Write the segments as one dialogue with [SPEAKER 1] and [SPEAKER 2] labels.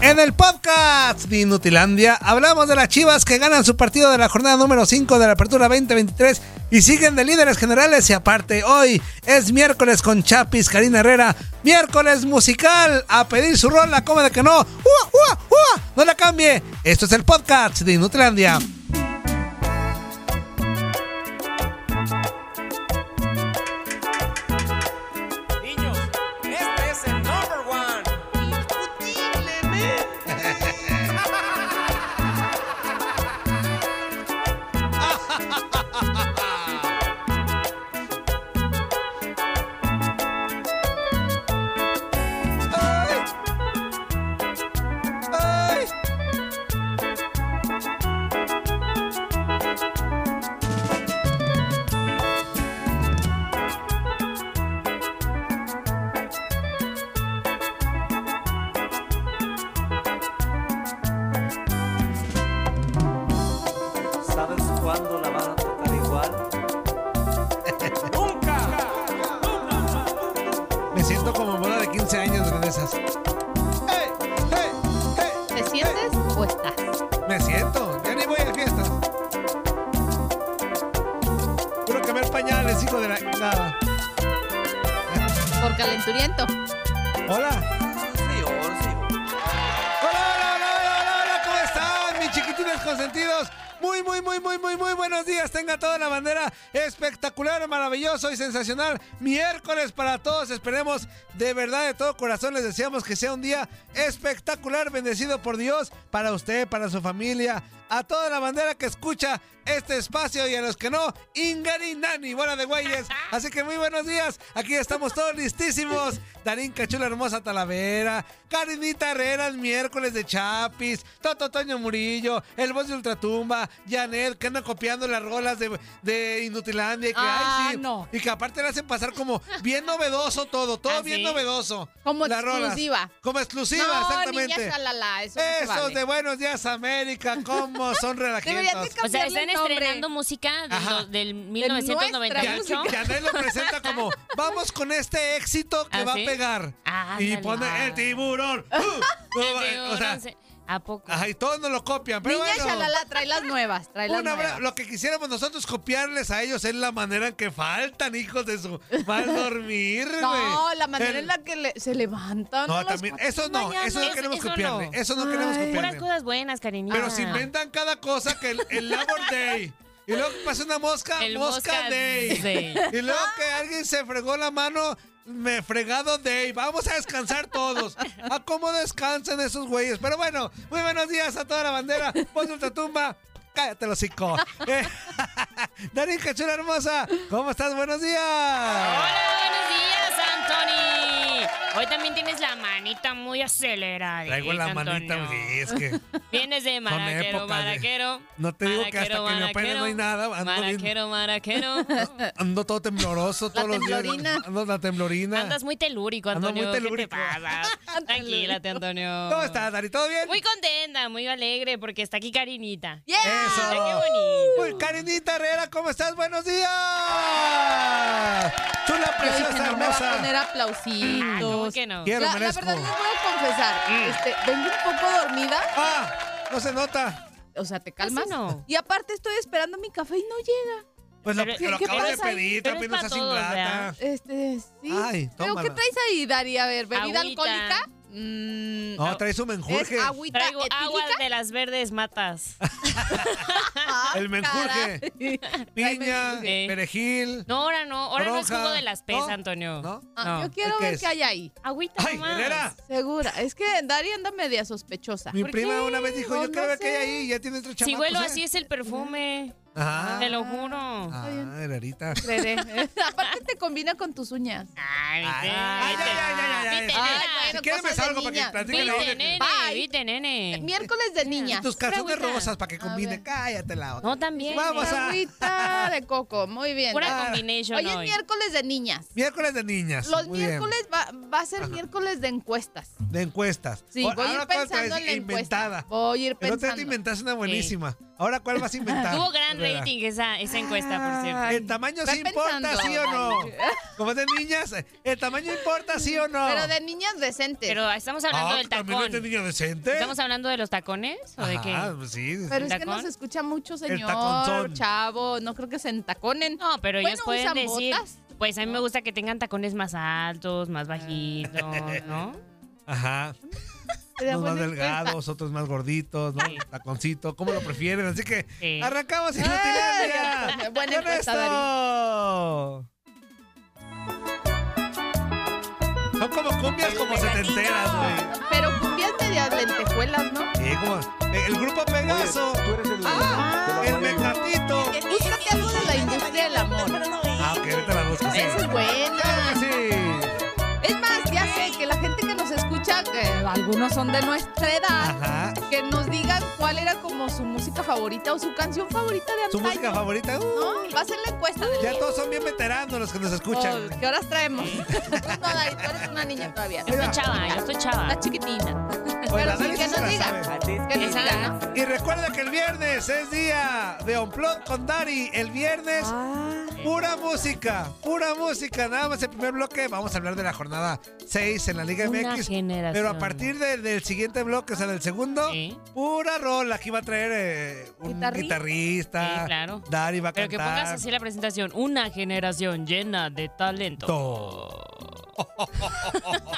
[SPEAKER 1] En el podcast de Inutilandia hablamos de las Chivas que ganan su partido de la jornada número 5 de la Apertura 2023 y siguen de líderes generales y aparte hoy es miércoles con Chapis, Karina Herrera, miércoles musical, a pedir su rola, como de que no, ¡Ua, ua, ua! no la cambie, esto es el podcast de Inutilandia.
[SPEAKER 2] Niños, este es el number one.
[SPEAKER 3] ¿Sabes cuándo la van a tratar igual?
[SPEAKER 1] Me siento como boda de 15 años con esas.
[SPEAKER 4] ¿Te sientes o estás?
[SPEAKER 1] Me siento, ya ni voy a fiestas. Puro cambiar pañales, hijo de la... nada.
[SPEAKER 4] Por calenturiento.
[SPEAKER 1] Hola.
[SPEAKER 3] Señor, señor.
[SPEAKER 1] Hola, hola, hola, hola, hola, hola, ¿cómo están mis chiquitines consentidos? Muy, muy, muy, muy, muy, muy buenos días. Tenga toda la bandera espectacular, maravilloso y sensacional. Miércoles para todos. Esperemos de verdad, de todo corazón, les deseamos que sea un día espectacular, bendecido por Dios, para usted, para su familia, a toda la bandera que escucha este espacio y a los que no, Ingari Nani, bola de güeyes. Así que muy buenos días. Aquí estamos todos listísimos. Darín Cachula Hermosa Talavera, Karinita Herrera el miércoles de Chapis, Toto Toño Murillo, el voz de Ultratumba, Janet, que anda copiando las rolas de, de Indutilandia. y Que,
[SPEAKER 4] Ah,
[SPEAKER 1] ay, sí.
[SPEAKER 4] no.
[SPEAKER 1] Y que aparte le hacen pasar como bien novedoso todo, todo
[SPEAKER 4] ¿Ah,
[SPEAKER 1] bien
[SPEAKER 4] sí?
[SPEAKER 1] novedoso.
[SPEAKER 4] Como
[SPEAKER 1] Las rolas.
[SPEAKER 4] exclusiva.
[SPEAKER 1] Como exclusiva,
[SPEAKER 4] no, niña,
[SPEAKER 1] exactamente.
[SPEAKER 4] shalala, eso no se
[SPEAKER 1] Esos
[SPEAKER 4] vale.
[SPEAKER 1] de Buenos Días América, cómo son
[SPEAKER 4] Deberían de
[SPEAKER 1] relajientos.
[SPEAKER 4] cambiarle
[SPEAKER 5] O sea, están
[SPEAKER 4] el nombre.
[SPEAKER 5] estrenando música de
[SPEAKER 1] Ajá.
[SPEAKER 5] lo- del
[SPEAKER 1] Ya-
[SPEAKER 5] 1998.
[SPEAKER 4] música.
[SPEAKER 1] Yanel lo presenta como vamos con este éxito que
[SPEAKER 5] ¿Ah,
[SPEAKER 1] va
[SPEAKER 5] sí?
[SPEAKER 1] a pegar.
[SPEAKER 5] Ah,
[SPEAKER 1] y
[SPEAKER 5] ándale.
[SPEAKER 1] pone el tiburón. Uh,
[SPEAKER 5] Desde
[SPEAKER 1] uh, o sea,
[SPEAKER 5] 11. ¿A poco?
[SPEAKER 1] ajá, y todos nos lo copian. Pero
[SPEAKER 4] niña
[SPEAKER 1] bueno,
[SPEAKER 4] Shalala, trae las nuevas, trae las
[SPEAKER 1] una
[SPEAKER 4] nuevas.
[SPEAKER 1] bra- lo que quisiéramos nosotros copiarles a ellos es la manera en que faltan, hijos de su mal dormir, güey.
[SPEAKER 4] No, la manera
[SPEAKER 1] El-
[SPEAKER 4] en la que le- se levantan. a
[SPEAKER 1] No,
[SPEAKER 4] las
[SPEAKER 1] también.
[SPEAKER 4] cuatro de
[SPEAKER 1] Eso
[SPEAKER 4] la
[SPEAKER 1] no,
[SPEAKER 4] mañana.
[SPEAKER 1] eso no
[SPEAKER 5] Eso-
[SPEAKER 1] queremos
[SPEAKER 5] eso no.
[SPEAKER 1] copiarle. Eso no queremos
[SPEAKER 4] Ay.
[SPEAKER 1] copiarle.
[SPEAKER 5] Puras cosas buenas, cariño.
[SPEAKER 1] Pero se inventan cada cosa que el, el Labor Day. Y luego que pasa una mosca,
[SPEAKER 5] El
[SPEAKER 1] mosca,
[SPEAKER 5] Mosca
[SPEAKER 1] day.
[SPEAKER 5] Day.
[SPEAKER 1] Y luego que alguien se fregó la mano, me fregado day. Vamos a descansar todos. ¿A cómo descansan esos güeyes? Pero bueno, muy buenos días a toda la bandera. Pon tu tumba. Cállate, los cinco. Eh, Dani Cachura hermosa, ¿cómo estás? Buenos días.
[SPEAKER 5] Hola, buenos días, Anthony. Hoy también tienes la manita muy acelerada.
[SPEAKER 1] Traigo la manita,
[SPEAKER 5] Antonio.
[SPEAKER 1] sí, es que
[SPEAKER 5] Vienes de
[SPEAKER 1] épocas
[SPEAKER 5] maraquero,
[SPEAKER 1] de-
[SPEAKER 5] maraquero.
[SPEAKER 1] No te digo que hasta
[SPEAKER 5] maraquero,
[SPEAKER 1] que me operen no hay nada, ando bien-
[SPEAKER 5] Maraquero, maraquero.
[SPEAKER 1] ando todo tembloroso todos los días.
[SPEAKER 4] temblorina.
[SPEAKER 1] Ando la temblorina.
[SPEAKER 5] Andas muy telúrico,
[SPEAKER 1] Ando
[SPEAKER 5] Antonio.
[SPEAKER 1] muy
[SPEAKER 5] ¿Qué te
[SPEAKER 1] telúrico.
[SPEAKER 5] pasa? Tranquílate, Antonio.
[SPEAKER 1] ¿Cómo estás, Dari? ¿Todo bien?
[SPEAKER 5] Muy contenta, muy alegre porque está aquí Karinita.
[SPEAKER 4] Yeah.
[SPEAKER 1] Eso.
[SPEAKER 5] Ay, qué bonito.
[SPEAKER 1] Uy, Karinita Herrera, ¿cómo estás? Buenos días.
[SPEAKER 4] Yo
[SPEAKER 1] Chula,
[SPEAKER 4] dije,
[SPEAKER 1] preciosa,
[SPEAKER 4] no me va a poner
[SPEAKER 1] hermosa.
[SPEAKER 5] Ah, ¿Cómo
[SPEAKER 4] aplausitos.
[SPEAKER 5] que no?
[SPEAKER 1] Quiero,
[SPEAKER 4] La, la
[SPEAKER 1] merezco. Mm.
[SPEAKER 4] verdad les voy a confesar, este, vengo un poco dormida,
[SPEAKER 1] Ah, no se nota.
[SPEAKER 4] o sea, te calmas.
[SPEAKER 5] Casi no.
[SPEAKER 4] Y aparte estoy esperando mi café y no llega.
[SPEAKER 1] Pues lo,
[SPEAKER 5] Pero-
[SPEAKER 1] lo
[SPEAKER 4] ¿qué
[SPEAKER 1] acabas de
[SPEAKER 4] pasa ahí?
[SPEAKER 1] pedir,
[SPEAKER 5] Pero es
[SPEAKER 1] también no
[SPEAKER 5] para
[SPEAKER 1] seas
[SPEAKER 5] todos,
[SPEAKER 1] ingrata.
[SPEAKER 5] ¿verdad?
[SPEAKER 4] Este, sí.
[SPEAKER 1] Ay,
[SPEAKER 4] ¿Pero qué
[SPEAKER 1] tómala.
[SPEAKER 4] traes ahí, Dari? A ver, ¿bebida
[SPEAKER 5] Agüita.
[SPEAKER 4] alcohólica? Mm,
[SPEAKER 1] No, traes un menjurje.
[SPEAKER 4] ¿Es agüita
[SPEAKER 5] Traigo agua
[SPEAKER 4] etílica?
[SPEAKER 5] de las verdes matas.
[SPEAKER 4] Ah,
[SPEAKER 1] El menjurje.
[SPEAKER 4] caray.
[SPEAKER 1] Piña,
[SPEAKER 5] Sí.
[SPEAKER 1] perejil.
[SPEAKER 5] No, ahora no. Ahora no es
[SPEAKER 1] Toronja.
[SPEAKER 5] jugo de las pez,
[SPEAKER 1] ¿No?
[SPEAKER 5] Antonio.
[SPEAKER 1] ¿No?
[SPEAKER 4] Ah,
[SPEAKER 5] No.
[SPEAKER 4] Yo quiero
[SPEAKER 1] ¿Qué
[SPEAKER 4] ver
[SPEAKER 1] es?
[SPEAKER 4] qué hay ahí.
[SPEAKER 5] Agüita
[SPEAKER 1] ¡Ay,
[SPEAKER 5] nomás.
[SPEAKER 1] Herrera!
[SPEAKER 4] Segura. Es que Dari anda media sospechosa.
[SPEAKER 1] Mi
[SPEAKER 5] ¿Por
[SPEAKER 1] prima
[SPEAKER 5] qué?
[SPEAKER 1] una vez dijo,
[SPEAKER 4] No,
[SPEAKER 1] yo
[SPEAKER 4] no
[SPEAKER 1] quiero ver qué
[SPEAKER 4] sé.
[SPEAKER 1] hay ahí. Ya tiene tres
[SPEAKER 5] Si
[SPEAKER 1] chamacos.
[SPEAKER 5] huelo
[SPEAKER 1] ¿eh?
[SPEAKER 5] así es el perfume.
[SPEAKER 1] Ajá.
[SPEAKER 5] Te lo juro.
[SPEAKER 1] Ah,
[SPEAKER 4] Está bien.
[SPEAKER 1] Erarita.
[SPEAKER 4] Rere. Aparte te combina con tus uñas.
[SPEAKER 1] Ay,
[SPEAKER 5] Ay,
[SPEAKER 1] ay,
[SPEAKER 5] viste,
[SPEAKER 1] ay, ay, ay, ay,
[SPEAKER 5] viste,
[SPEAKER 1] ay.
[SPEAKER 5] nena.
[SPEAKER 4] Ay,
[SPEAKER 1] Si
[SPEAKER 4] bueno,
[SPEAKER 1] quieren me
[SPEAKER 4] cosas de
[SPEAKER 1] salgo para que
[SPEAKER 4] niñas.
[SPEAKER 1] platiquen
[SPEAKER 5] Viste,
[SPEAKER 1] ahí.
[SPEAKER 5] nene,
[SPEAKER 4] Bye.
[SPEAKER 5] viste, nene.
[SPEAKER 4] Miércoles de niñas.
[SPEAKER 1] Tus calzones
[SPEAKER 4] Agüita.
[SPEAKER 1] rosas para que combine.
[SPEAKER 4] A ver.
[SPEAKER 1] Cállate la otra.
[SPEAKER 5] No, también.
[SPEAKER 1] Vamos a-
[SPEAKER 4] Agüita de coco, muy bien.
[SPEAKER 5] Pura
[SPEAKER 1] Ah.
[SPEAKER 5] combination
[SPEAKER 4] Hoy es
[SPEAKER 5] hoy.
[SPEAKER 4] miércoles de niñas.
[SPEAKER 1] Miércoles de niñas.
[SPEAKER 4] Los
[SPEAKER 1] Muy bien.
[SPEAKER 4] miércoles va, va a ser miércoles de encuestas.
[SPEAKER 1] De encuestas.
[SPEAKER 4] Sí,
[SPEAKER 1] Ahora,
[SPEAKER 4] voy a
[SPEAKER 1] ¿cuál
[SPEAKER 4] ir
[SPEAKER 1] traes
[SPEAKER 4] pensando en la
[SPEAKER 1] inventada?
[SPEAKER 4] encuesta. Voy a ir
[SPEAKER 1] El otro día
[SPEAKER 4] pensando.
[SPEAKER 1] te inventaste una buenísima. Ahora, ¿cuál vas a inventar?
[SPEAKER 5] Tuvo gran
[SPEAKER 1] Rivera?
[SPEAKER 5] rating esa, esa encuesta, por cierto.
[SPEAKER 1] ¿El tamaño
[SPEAKER 4] Ve
[SPEAKER 1] sí importa,
[SPEAKER 4] pensando.
[SPEAKER 1] sí o no? Como es de niñas, ¿el tamaño importa, sí o no?
[SPEAKER 4] Pero de niñas decentes.
[SPEAKER 5] Pero estamos
[SPEAKER 1] Ah,
[SPEAKER 5] hablando del
[SPEAKER 1] ¿también es de
[SPEAKER 5] tacón.
[SPEAKER 1] niña decente?
[SPEAKER 5] ¿Estamos hablando de los tacones? ¿O de qué?
[SPEAKER 1] Ajá, pues sí.
[SPEAKER 4] Pero es que
[SPEAKER 5] ¿Tacón?
[SPEAKER 4] nos escucha mucho,
[SPEAKER 1] taconzón.
[SPEAKER 4] señor, chavo. No creo que se entaconen.
[SPEAKER 5] No, pero ellos
[SPEAKER 4] Bueno,
[SPEAKER 5] pueden
[SPEAKER 4] usan
[SPEAKER 5] decir.
[SPEAKER 4] botas.
[SPEAKER 5] Pues a mí me gusta que tengan tacones más altos, más bajitos, ¿no?
[SPEAKER 1] Ajá.
[SPEAKER 4] Sería
[SPEAKER 1] Unos más
[SPEAKER 4] buena encuesta.
[SPEAKER 1] delgados, otros más gorditos, ¿no?
[SPEAKER 5] Sí.
[SPEAKER 1] Taconcito, ¿cómo lo prefieren? Así que
[SPEAKER 5] Sí.
[SPEAKER 1] arrancamos
[SPEAKER 4] Ay,
[SPEAKER 1] Inutilandia.
[SPEAKER 4] buena
[SPEAKER 1] ¡Con
[SPEAKER 4] encuesta,
[SPEAKER 1] esto! Son como cumbias como setenteras, güey.
[SPEAKER 4] Pero cumbias medias lentejuelas, ¿no?
[SPEAKER 1] Sí, como eh, el grupo Pegaso. ah, el Mecatito.
[SPEAKER 4] Búscate algo de la industria del amor.
[SPEAKER 1] Ah, ok, ahorita la busco. sí.
[SPEAKER 4] Esa es
[SPEAKER 1] Claro
[SPEAKER 4] buena.
[SPEAKER 1] que sí.
[SPEAKER 4] Es más, ya sé que la gente que nos escucha, eh, algunos son de nuestra edad,
[SPEAKER 1] Ajá.
[SPEAKER 4] que nos digan cuál era como su música favorita o su canción favorita de
[SPEAKER 1] ¿Su
[SPEAKER 4] antaño.
[SPEAKER 1] música favorita? Uh,
[SPEAKER 4] No, va a ser la encuesta del
[SPEAKER 1] ya
[SPEAKER 4] día.
[SPEAKER 1] todos son bien veteranos los que nos escuchan.
[SPEAKER 4] Oh, ¿Qué horas traemos? no, Dari, tú eres una niña todavía.
[SPEAKER 5] Yo estoy chava, ¿eh? yo estoy chava.
[SPEAKER 4] Está chiquitina.
[SPEAKER 1] Oye,
[SPEAKER 4] Pero
[SPEAKER 1] la
[SPEAKER 4] sí,
[SPEAKER 1] Dani
[SPEAKER 4] que
[SPEAKER 1] sí se
[SPEAKER 4] nos
[SPEAKER 1] la
[SPEAKER 4] digan.
[SPEAKER 1] sabe.
[SPEAKER 4] Que nos digan, ¿no?
[SPEAKER 1] Y recuerda que el viernes es día de Unplug con Dari. El viernes, pura música, pura música. Nada más el primer bloque, vamos a hablar de la jornada 6 en la Liga
[SPEAKER 5] Una
[SPEAKER 1] MX.
[SPEAKER 5] generación.
[SPEAKER 1] Pero a partir de- del siguiente bloque, o sea, del segundo,
[SPEAKER 5] Sí.
[SPEAKER 1] pura rol. Aquí va a traer eh, un
[SPEAKER 4] Guitarrista.
[SPEAKER 1] guitarrista.
[SPEAKER 5] Sí, claro.
[SPEAKER 1] Dari va a
[SPEAKER 5] Pero que
[SPEAKER 1] cantar.
[SPEAKER 5] pongas así la presentación. Una generación llena de talento.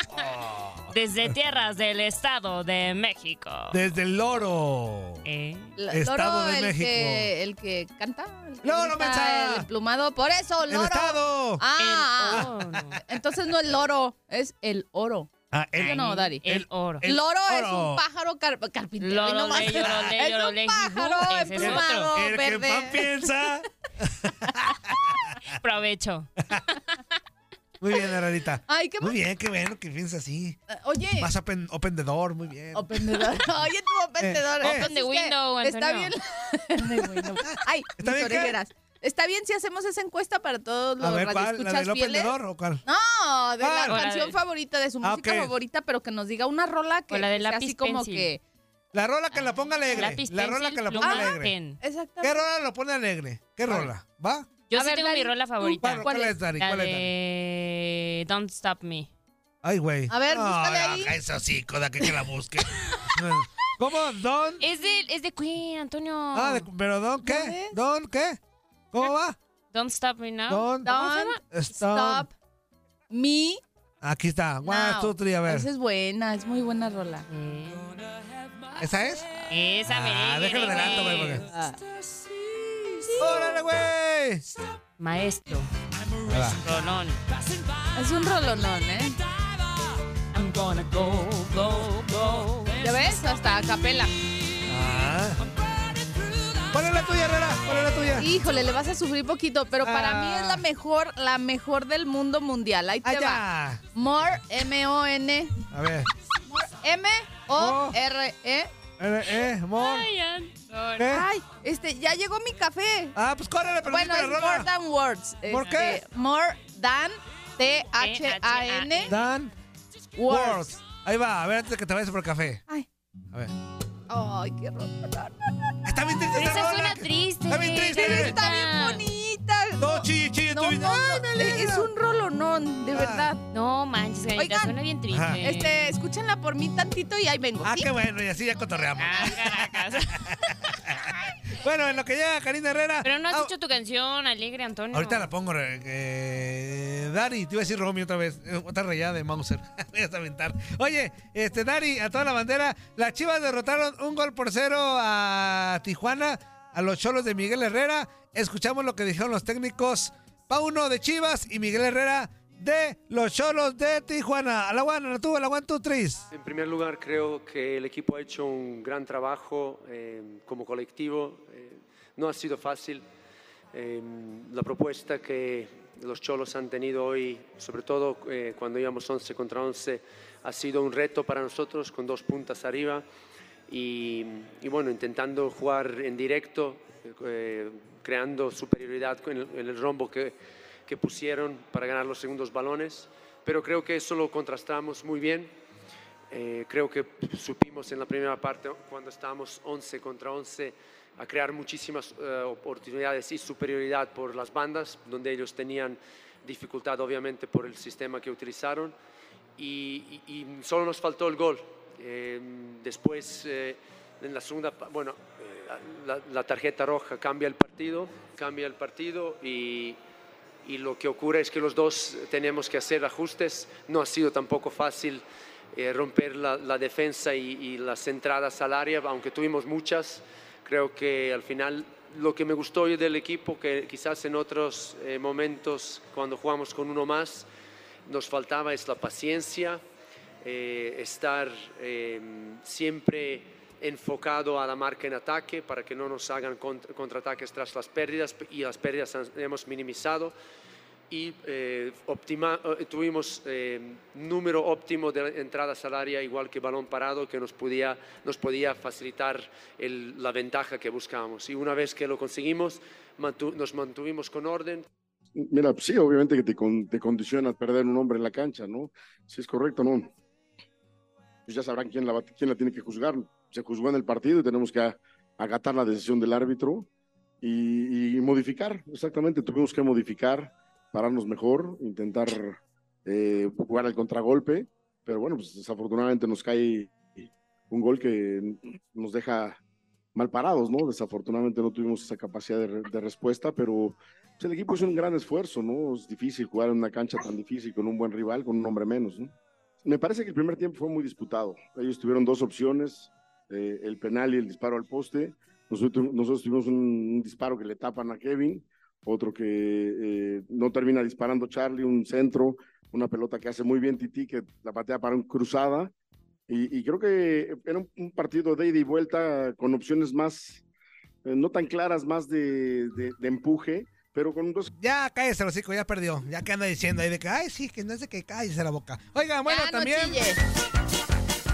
[SPEAKER 5] Desde tierras del Estado de México.
[SPEAKER 1] Desde el loro.
[SPEAKER 5] ¿Eh?
[SPEAKER 4] La-
[SPEAKER 1] Estado
[SPEAKER 4] Loro,
[SPEAKER 1] de
[SPEAKER 4] el
[SPEAKER 1] México.
[SPEAKER 4] Que, el que canta. el que
[SPEAKER 1] Loro
[SPEAKER 4] grita,
[SPEAKER 1] Mensa.
[SPEAKER 4] El plumado. Por eso,
[SPEAKER 1] El
[SPEAKER 4] loro.
[SPEAKER 1] estado.
[SPEAKER 4] Ah,
[SPEAKER 5] El
[SPEAKER 4] ah,
[SPEAKER 5] oro.
[SPEAKER 4] entonces no el loro, es el oro.
[SPEAKER 1] Ah, el-
[SPEAKER 4] ¿Sí o no, Dari?
[SPEAKER 5] El oro.
[SPEAKER 1] El
[SPEAKER 4] loro, es
[SPEAKER 1] oro.
[SPEAKER 4] un pájaro car- carpintero.
[SPEAKER 5] Lorolei,
[SPEAKER 4] y no más.
[SPEAKER 5] lorolei,
[SPEAKER 4] es un
[SPEAKER 5] lorolei,
[SPEAKER 4] pájaro
[SPEAKER 5] jujú, ese es
[SPEAKER 4] emplumado,
[SPEAKER 1] el que
[SPEAKER 4] verde.
[SPEAKER 1] pan piensa.
[SPEAKER 5] Provecho.
[SPEAKER 1] Muy bien, Aranita.
[SPEAKER 4] Ay, qué
[SPEAKER 1] Muy bien, qué bueno que piensas así.
[SPEAKER 4] Eh, Oye,
[SPEAKER 1] Más open, opendedor, muy bien.
[SPEAKER 4] opendedor. Oye, tú opendedor.
[SPEAKER 1] Eh, eh.
[SPEAKER 4] Entonces,
[SPEAKER 5] Open the
[SPEAKER 4] ¿qué?
[SPEAKER 5] window,
[SPEAKER 4] Está
[SPEAKER 5] Antonio.
[SPEAKER 4] bien. Open the window. Ay,
[SPEAKER 1] ¿Está
[SPEAKER 4] mis
[SPEAKER 1] bien qué?
[SPEAKER 4] orejeras. Está bien si hacemos esa encuesta para todos
[SPEAKER 1] A
[SPEAKER 4] los
[SPEAKER 1] ver, ¿cuál? ¿La
[SPEAKER 4] radioescuchas
[SPEAKER 1] del
[SPEAKER 4] fieles.
[SPEAKER 1] opendedor o cuál?
[SPEAKER 4] No, de
[SPEAKER 1] Ah,
[SPEAKER 4] la
[SPEAKER 5] o la
[SPEAKER 4] canción
[SPEAKER 5] de-
[SPEAKER 4] favorita, de su
[SPEAKER 1] Ah,
[SPEAKER 4] música
[SPEAKER 1] ok.
[SPEAKER 4] favorita, pero que nos diga una rola que
[SPEAKER 5] O la de
[SPEAKER 4] sea
[SPEAKER 5] lápiz
[SPEAKER 4] así como
[SPEAKER 5] pencil.
[SPEAKER 4] que.
[SPEAKER 1] La rola que la ponga alegre.
[SPEAKER 5] Lápiz,
[SPEAKER 1] La rola
[SPEAKER 5] pencil,
[SPEAKER 1] que la ponga
[SPEAKER 5] pluma,
[SPEAKER 1] alegre.
[SPEAKER 5] pen.
[SPEAKER 1] ¿Qué
[SPEAKER 4] Exactamente.
[SPEAKER 1] rola lo pone alegre? ¿Qué rola? ¿Va?
[SPEAKER 5] Yo
[SPEAKER 4] A
[SPEAKER 5] sí
[SPEAKER 4] ver,
[SPEAKER 5] tengo mi
[SPEAKER 4] Dari,
[SPEAKER 5] rola
[SPEAKER 4] tú,
[SPEAKER 5] favorita.
[SPEAKER 1] Bueno, ¿Cuál es, Dari?
[SPEAKER 5] La
[SPEAKER 1] ¿Cuál es, Dari?
[SPEAKER 5] de Don't Stop Me.
[SPEAKER 1] Ay, güey.
[SPEAKER 4] A ver, búscale ahí.
[SPEAKER 1] Eso sí, coda, que, que la busque. ¿Cómo? ¿Don?
[SPEAKER 5] Es de, es de Queen, Antonio.
[SPEAKER 1] Ah, de- pero ¿don qué?
[SPEAKER 4] ¿Dónde?
[SPEAKER 1] ¿Don qué? ¿Cómo va?
[SPEAKER 5] Don't Stop Me Now.
[SPEAKER 1] Don.
[SPEAKER 5] ¿Cómo se
[SPEAKER 4] Don't
[SPEAKER 5] llama?
[SPEAKER 1] Stop.
[SPEAKER 4] Stop me.
[SPEAKER 1] Aquí está. One,
[SPEAKER 4] now.
[SPEAKER 1] two, three, a ver.
[SPEAKER 4] Esa es buena, es muy buena rola.
[SPEAKER 1] ¿Esa es?
[SPEAKER 5] Esa
[SPEAKER 1] Ah,
[SPEAKER 5] merengue,
[SPEAKER 1] déjalo adelanto, güey,
[SPEAKER 5] merengue.
[SPEAKER 1] porque...
[SPEAKER 4] Ah,
[SPEAKER 1] ¡Órale, güey!
[SPEAKER 5] Maestro.
[SPEAKER 1] Ahí va.
[SPEAKER 5] Rolón.
[SPEAKER 4] es un rolonón, ¿eh?
[SPEAKER 5] I'm gonna go, go, go.
[SPEAKER 4] ¿Ya ves? Hasta a capela.
[SPEAKER 1] Ah. ¿Cuál es la tuya, Herrera? ¿Cuál es la tuya?
[SPEAKER 4] Híjole, le vas a sufrir poquito, pero para
[SPEAKER 1] Ah.
[SPEAKER 4] mí es la mejor, la mejor del mundo mundial. Ahí te va.
[SPEAKER 1] Allá.
[SPEAKER 4] More, M-O-N.
[SPEAKER 1] A ver.
[SPEAKER 4] M-O-R-E.
[SPEAKER 1] Eh, eh, amor.
[SPEAKER 5] Ay, Antonio.
[SPEAKER 1] ¿Qué?
[SPEAKER 4] Ay, este, ya llegó mi café.
[SPEAKER 1] Ah, pues córrele, pero
[SPEAKER 4] Bueno, es
[SPEAKER 1] la
[SPEAKER 4] More
[SPEAKER 1] rola.
[SPEAKER 4] Than Words.
[SPEAKER 1] ¿Por qué?
[SPEAKER 4] Este, More Than T-H-A-N
[SPEAKER 1] Dan
[SPEAKER 4] Words.
[SPEAKER 1] Words. Ahí va, a ver, antes de que te vayas por el café.
[SPEAKER 4] Ay,
[SPEAKER 1] A ver.
[SPEAKER 4] ay, qué rola.
[SPEAKER 1] Está bien triste esta
[SPEAKER 5] Esa
[SPEAKER 1] rola.
[SPEAKER 5] suena triste.
[SPEAKER 1] Está bien triste.
[SPEAKER 5] Carita.
[SPEAKER 4] Está bien bonita.
[SPEAKER 1] Todo chille, chille.
[SPEAKER 4] No,
[SPEAKER 1] tú-
[SPEAKER 4] no,
[SPEAKER 1] ¡Ay,
[SPEAKER 4] no,
[SPEAKER 1] me
[SPEAKER 4] es-
[SPEAKER 1] alegra!
[SPEAKER 4] es un rolonón, de
[SPEAKER 1] Ah.
[SPEAKER 4] verdad.
[SPEAKER 5] No manches, Carita,
[SPEAKER 4] Oigan.
[SPEAKER 5] suena bien triste.
[SPEAKER 1] Ajá.
[SPEAKER 4] Este, escúchenla por mí tantito y ahí vengo.
[SPEAKER 1] Ah,
[SPEAKER 4] ¿sí?
[SPEAKER 1] qué bueno, y así ya cotorreamos.
[SPEAKER 5] Ah, caracas.
[SPEAKER 1] Bueno, en lo que llega Karina Herrera.
[SPEAKER 5] Pero no has
[SPEAKER 1] ah,
[SPEAKER 5] dicho tu canción, Alegre Antonio.
[SPEAKER 1] Ahorita la pongo, eh, eh, Dari, te iba a decir Romy otra vez, eh, otra rayada de Mauser. Voy a aventar. Oye, este Dari, a toda la bandera, las Chivas derrotaron un gol por cero a Tijuana, a los Cholos de Miguel Herrera. Escuchamos lo que dijeron los técnicos Pauno de Chivas y Miguel Herrera de los Cholos de Tijuana. A la one, a la two, a la one, two, threes.
[SPEAKER 6] En primer lugar, creo que el equipo ha hecho un gran trabajo eh, como colectivo. eh, No ha sido fácil. Eh, la propuesta que los cholos han tenido hoy, sobre todo eh, cuando íbamos 11 contra 11, ha sido un reto para nosotros con dos puntas arriba y, y bueno, intentando jugar en directo, eh, creando superioridad en el, en el rombo que, que pusieron para ganar los segundos balones. Pero creo que eso lo contrastamos muy bien. Eh, creo que supimos en la primera parte, cuando estábamos 11 contra 11, a crear muchísimas eh, oportunidades y superioridad por las bandas, donde ellos tenían dificultad obviamente por el sistema que utilizaron. Y, y- y solo nos faltó el gol. Eh, después, eh, en la segunda, pa- bueno, eh, la, la tarjeta roja cambia el partido, cambia el partido y, y lo que ocurre es que los dos tenemos que hacer ajustes. No ha sido tampoco fácil eh, romper la, la defensa y, y las entradas al área, aunque tuvimos muchas. Creo que al final lo que me gustó hoy del equipo, que quizás en otros eh, momentos cuando jugamos con uno más, nos faltaba es la paciencia, eh, estar eh, siempre enfocado a la marca en ataque para que no nos hagan cont- contraataques tras las pérdidas y las pérdidas han- hemos minimizado y eh, optima- eh, tuvimos eh, número óptimo de entradas al área igual que balón parado que nos podía, nos podía facilitar el- la ventaja que buscábamos y una vez que lo conseguimos mantu- nos mantuvimos con orden
[SPEAKER 7] Mira, pues sí, obviamente que te, con- te condiciona perder un hombre en la cancha, ¿no? Si es correcto, ¿no? Pues ya sabrán quién la, va- quién la tiene que juzgar. Se juzgó en el partido y tenemos que a- acatar la decisión del árbitro y, y modificar, exactamente. Tuvimos que modificar, pararnos mejor, intentar eh, jugar al contragolpe, pero bueno, pues desafortunadamente nos cae un gol que nos deja mal parados, ¿no? Desafortunadamente no tuvimos esa capacidad de, re- de respuesta, pero pues, el equipo hizo un gran esfuerzo, ¿no? Es difícil jugar en una cancha tan difícil con un buen rival, con un hombre menos, ¿no? Me parece que el primer tiempo fue muy disputado. Ellos tuvieron dos opciones, eh, el penal y el disparo al poste. Nosotros, nosotros tuvimos un, un disparo que le tapan a Kevin, otro que eh, no termina disparando Charlie, un centro, una pelota que hace muy bien Titi, que la patea para un cruzada. Y, y creo que era un, un partido de ida y vuelta con opciones más, eh, no tan claras, más de, de- de empuje, pero con dos
[SPEAKER 1] Ya Ah, cállese el hocico, ya perdió. Ya que anda diciendo ahí de que, ay, sí, que no sé qué, cállese la boca. Oigan, bueno,
[SPEAKER 4] Ya, no
[SPEAKER 1] también.
[SPEAKER 4] chilles.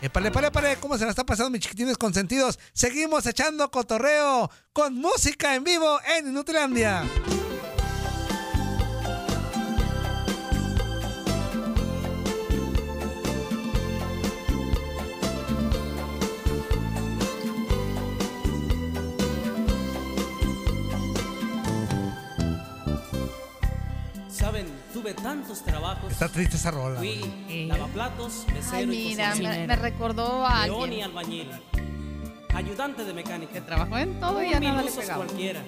[SPEAKER 1] Epale, epale, epale, ¿cómo se la está pasando, mis chiquitines consentidos? Seguimos echando cotorreo con música en vivo en Inutilandia.
[SPEAKER 2] Saben, tuve tantos trabajos.
[SPEAKER 1] Está triste esa rola.
[SPEAKER 2] Fui
[SPEAKER 1] güey.
[SPEAKER 2] lavaplatos, mesero
[SPEAKER 4] Ay,
[SPEAKER 2] y
[SPEAKER 4] mira, me,
[SPEAKER 2] cocinero.
[SPEAKER 4] me recordó a
[SPEAKER 2] León y
[SPEAKER 4] alguien
[SPEAKER 2] albañil. Ayudante de
[SPEAKER 4] que
[SPEAKER 2] mecánica.
[SPEAKER 4] trabajó en todo y
[SPEAKER 2] Un
[SPEAKER 4] a nada le
[SPEAKER 2] minusos
[SPEAKER 4] pegaba.
[SPEAKER 2] cualquiera.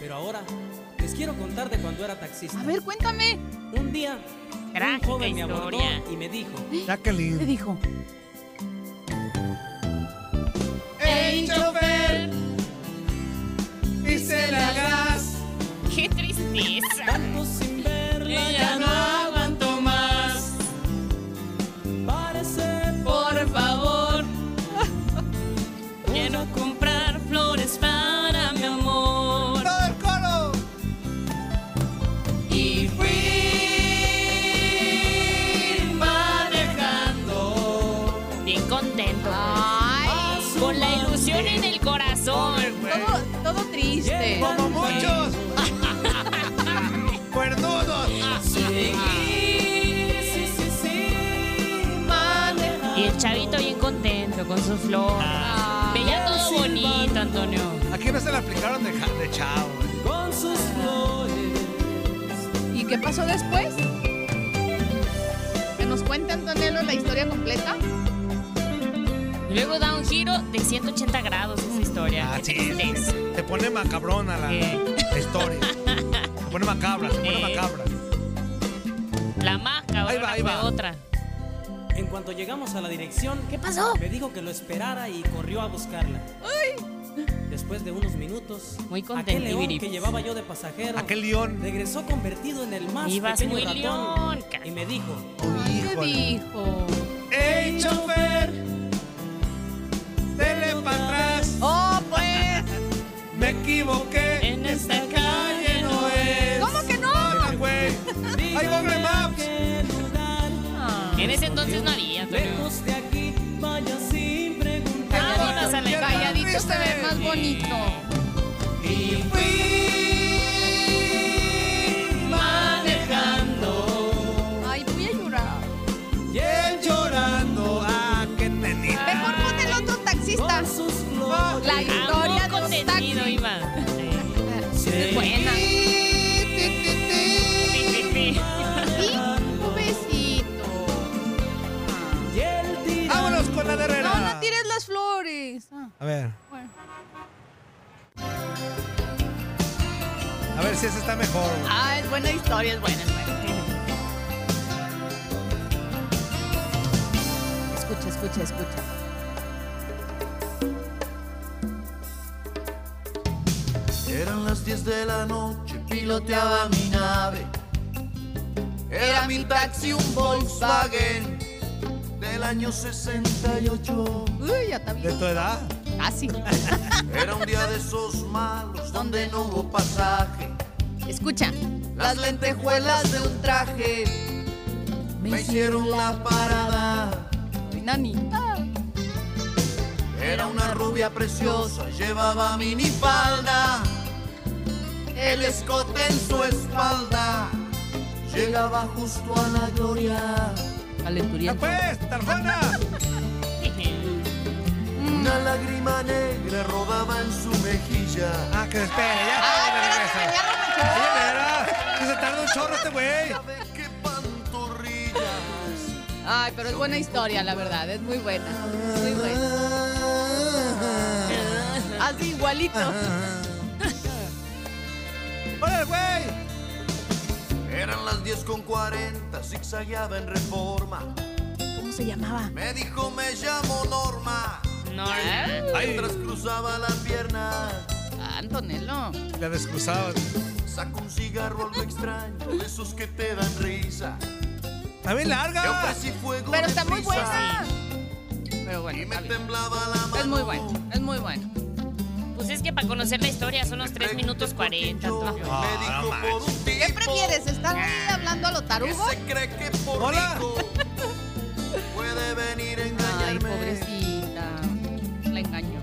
[SPEAKER 2] Pero ahora les quiero contar de cuando era taxista.
[SPEAKER 4] A ver, cuéntame.
[SPEAKER 2] Un día, un
[SPEAKER 5] Trágica
[SPEAKER 2] joven me abordó
[SPEAKER 5] historia.
[SPEAKER 2] y me dijo.
[SPEAKER 4] Le
[SPEAKER 1] Ah, Jacqueline.
[SPEAKER 4] dijo.
[SPEAKER 1] ¡Ey, chofer! ¡Hice la gas!
[SPEAKER 5] ¡Qué tristeza!
[SPEAKER 2] Tanto sin verla
[SPEAKER 4] Ella
[SPEAKER 2] ya
[SPEAKER 4] no
[SPEAKER 2] no aguanto más. Parece por favor. Quiero comprar flores para mi amor.
[SPEAKER 1] ¡Todo el coro!
[SPEAKER 2] Y fui manejando.
[SPEAKER 5] Bien contento.
[SPEAKER 4] Ay,
[SPEAKER 5] pues. Con la ilusión en el corazón.
[SPEAKER 4] todo, todo triste.
[SPEAKER 1] ¡Como muchos! ¡Cuernudos!
[SPEAKER 2] Seguí, sí, sí, sí, manejando.
[SPEAKER 5] Y el chavito bien contento con su flor. Veía todo bonito, Antonio.
[SPEAKER 1] Aquí no se la aplicaron de, ja- de chavo. güey.
[SPEAKER 2] Con sus flores.
[SPEAKER 4] ¿Y qué pasó después? Que nos cuente Antonello la historia completa.
[SPEAKER 5] Y luego da un giro de 180 grados esa historia.
[SPEAKER 1] Ah,
[SPEAKER 5] Qué
[SPEAKER 1] sí,
[SPEAKER 5] tristeza.
[SPEAKER 1] sí. Se pone macabrona la,
[SPEAKER 5] Eh.
[SPEAKER 1] la historia. Se pone macabra, se pone
[SPEAKER 5] Eh.
[SPEAKER 1] macabra.
[SPEAKER 5] La más otra,
[SPEAKER 2] Ahí va,
[SPEAKER 5] ahora
[SPEAKER 2] ahí
[SPEAKER 5] fue
[SPEAKER 2] va.
[SPEAKER 5] otra.
[SPEAKER 2] En cuanto llegamos a la dirección, ¿qué
[SPEAKER 5] pasó?
[SPEAKER 2] Me dijo que lo esperara y corrió a buscarla. Después de unos minutos,
[SPEAKER 5] Muy contento,
[SPEAKER 2] aquel león
[SPEAKER 5] Ibirip.
[SPEAKER 2] que llevaba yo de pasajero,
[SPEAKER 5] Aquel león.
[SPEAKER 2] regresó convertido en el más
[SPEAKER 5] Ibas
[SPEAKER 2] pequeño
[SPEAKER 5] muy
[SPEAKER 2] ratón
[SPEAKER 5] león,
[SPEAKER 2] y me dijo,
[SPEAKER 4] ¿Qué dijo?
[SPEAKER 1] ¡Ey, chofer! ¡Dele para atrás!
[SPEAKER 4] ¡Oh, pues!
[SPEAKER 1] Me equivoqué. En esta calle no es.
[SPEAKER 4] ¿Cómo que no?
[SPEAKER 1] Ábrele, güey. ¡Ay, Google Maps!
[SPEAKER 5] Ah, En ese entonces no había, Antonio.
[SPEAKER 2] lejos de aquí, vaya sin preguntar.
[SPEAKER 5] Vámonos a la
[SPEAKER 4] Calladito se ve más bonito.
[SPEAKER 2] Y fui manejando.
[SPEAKER 4] Ay, voy a llorar.
[SPEAKER 2] Y él
[SPEAKER 1] llorando a que nenita.
[SPEAKER 4] Mejor pon el otro taxista. La historia de
[SPEAKER 5] Algo
[SPEAKER 4] un
[SPEAKER 5] contenido
[SPEAKER 4] taxi.
[SPEAKER 5] iba.
[SPEAKER 4] Es buena.
[SPEAKER 5] Sí, sí, sí.
[SPEAKER 4] Y pobrecito.
[SPEAKER 1] ¡Vámonos con la de Herrera!
[SPEAKER 4] No, no tires las flores. Ah,
[SPEAKER 1] A ver,
[SPEAKER 4] bueno.
[SPEAKER 1] a ver si esa está mejor. güey.
[SPEAKER 4] Ah, es buena historia, es buena, es buena. Escucha, escucha, escucha.
[SPEAKER 8] Eran las 10 de la noche, piloteaba mi nave. Era mi taxi, un Volkswagen del año 68.
[SPEAKER 4] Uy, ya está bien.
[SPEAKER 1] ¿De tu edad?
[SPEAKER 4] Casi.
[SPEAKER 8] Era un día de esos malos donde no hubo pasaje.
[SPEAKER 4] Escucha.
[SPEAKER 8] Las lentejuelas de un traje me hicieron la parada.
[SPEAKER 4] Ay, nanita.
[SPEAKER 8] Era una rubia preciosa, llevaba minifalda. El escote en su espalda llegaba justo a la gloria.
[SPEAKER 1] ¡Ya pues, Tarjona!
[SPEAKER 8] Una lágrima negra rodaba en su mejilla.
[SPEAKER 1] ¡Ah, que se espere! ¡Ya
[SPEAKER 4] Ay,
[SPEAKER 1] está de
[SPEAKER 4] espérate,
[SPEAKER 1] regreso!
[SPEAKER 4] me agarro
[SPEAKER 1] ¡Ay,
[SPEAKER 4] mucho.
[SPEAKER 1] Herrera! ¡Que se tarda un chorro este güey!
[SPEAKER 8] ¿Sabe qué pantorrillas?
[SPEAKER 4] Ay, pero es buena historia, la verdad. Es muy buena. Muy buena. Así igualito.
[SPEAKER 1] ¡Órale, güey!
[SPEAKER 8] Eran las 10 con 40, zigzagueaba en reforma.
[SPEAKER 4] ¿Cómo se llamaba?
[SPEAKER 8] Me dijo, me llamo Norma.
[SPEAKER 5] No, no.
[SPEAKER 8] Mientras cruzaba las piernas.
[SPEAKER 4] ¿eh? Ah, Antonello.
[SPEAKER 1] La descruzaba.
[SPEAKER 8] Saco un cigarro algo extraño, de esos que te dan risa.
[SPEAKER 1] ¡También
[SPEAKER 8] Yo
[SPEAKER 1] larga!
[SPEAKER 8] casi fuego
[SPEAKER 4] Pero
[SPEAKER 8] de
[SPEAKER 4] está muy
[SPEAKER 8] prisa,
[SPEAKER 4] buena. Pero bueno,
[SPEAKER 8] Y me
[SPEAKER 4] está bien.
[SPEAKER 8] temblaba la mano.
[SPEAKER 4] es muy buena. Es muy buena.
[SPEAKER 5] Pues es que para conocer la historia son los 3 minutos 40.
[SPEAKER 8] Yo
[SPEAKER 5] Antonio.
[SPEAKER 8] me
[SPEAKER 1] Ah,
[SPEAKER 8] dijo por un tipo
[SPEAKER 4] ¿Qué prefieres? ¿Estar ahí hablando a lo
[SPEAKER 8] que
[SPEAKER 4] tarugo?
[SPEAKER 8] se cree que por
[SPEAKER 1] Hola.
[SPEAKER 8] rico puede venir a engañarme.
[SPEAKER 4] Ay, pobrecita. La engañó.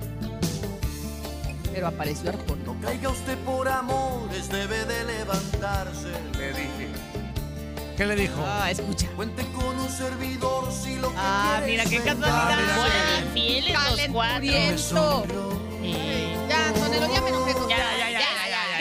[SPEAKER 4] Pero apareció Arjona.
[SPEAKER 8] No caiga usted por amores, debe de levantarse, le dije.
[SPEAKER 1] ¿Qué le dijo?
[SPEAKER 4] Ah, escucha.
[SPEAKER 8] Cuente con un servidor si lo que
[SPEAKER 4] Ah,
[SPEAKER 8] quiere
[SPEAKER 4] mira,
[SPEAKER 8] es
[SPEAKER 4] qué
[SPEAKER 8] vengarse.
[SPEAKER 5] Fueron infieles los cuatro.
[SPEAKER 4] Calenturiento.
[SPEAKER 5] Eh,
[SPEAKER 4] Ya, Antonello, ya me enojé con
[SPEAKER 5] Ya,
[SPEAKER 4] usted.
[SPEAKER 5] ya, ya, ya, ya.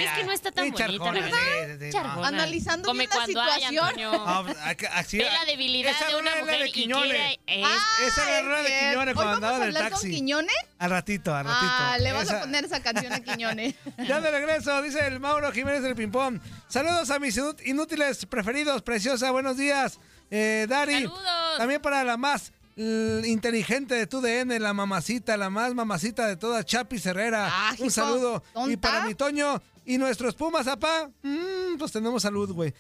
[SPEAKER 5] Es que no está tan
[SPEAKER 1] Sí,
[SPEAKER 5] bonita,
[SPEAKER 1] Charjona,
[SPEAKER 5] ¿verdad?
[SPEAKER 1] sí, sí, sí,
[SPEAKER 5] Charjona.
[SPEAKER 4] Analizando
[SPEAKER 5] Come
[SPEAKER 4] bien la
[SPEAKER 5] cuando hay,
[SPEAKER 4] situación.
[SPEAKER 5] Antonio.
[SPEAKER 1] Ah, pues, hay que- así
[SPEAKER 5] Ve
[SPEAKER 1] era.
[SPEAKER 5] la debilidad
[SPEAKER 1] Esa
[SPEAKER 5] de una
[SPEAKER 1] novela
[SPEAKER 5] mujer
[SPEAKER 1] de
[SPEAKER 5] y
[SPEAKER 1] Quiñones.
[SPEAKER 5] quiere- es-
[SPEAKER 4] Ah,
[SPEAKER 1] Esa era la
[SPEAKER 4] es
[SPEAKER 1] rola de
[SPEAKER 4] cierto.
[SPEAKER 1] Quiñones
[SPEAKER 4] Hoy
[SPEAKER 1] cuando andaba
[SPEAKER 4] vamos
[SPEAKER 1] en
[SPEAKER 4] a
[SPEAKER 1] el
[SPEAKER 4] hablar
[SPEAKER 1] taxi.
[SPEAKER 4] con Quiñones.
[SPEAKER 1] Al ratito, al ratito.
[SPEAKER 4] Ah, le vamos
[SPEAKER 1] Esa-
[SPEAKER 4] a poner esa canción a Quiñones.
[SPEAKER 1] Ya de regreso, dice el Mauro Jiménez del Pimpón. Saludos a mis inú- inútiles preferidos, preciosa, buenos días. Eh, Dari.
[SPEAKER 5] Saludos.
[SPEAKER 1] También para la más l- inteligente de tu DN, la mamacita, la más mamacita de toda Chapis Herrera.
[SPEAKER 4] Ah, hijo,
[SPEAKER 1] Un saludo. Y
[SPEAKER 4] tonta.
[SPEAKER 1] para mi Toño y nuestros Pumas, apá. Mm, pues tenemos salud, güey.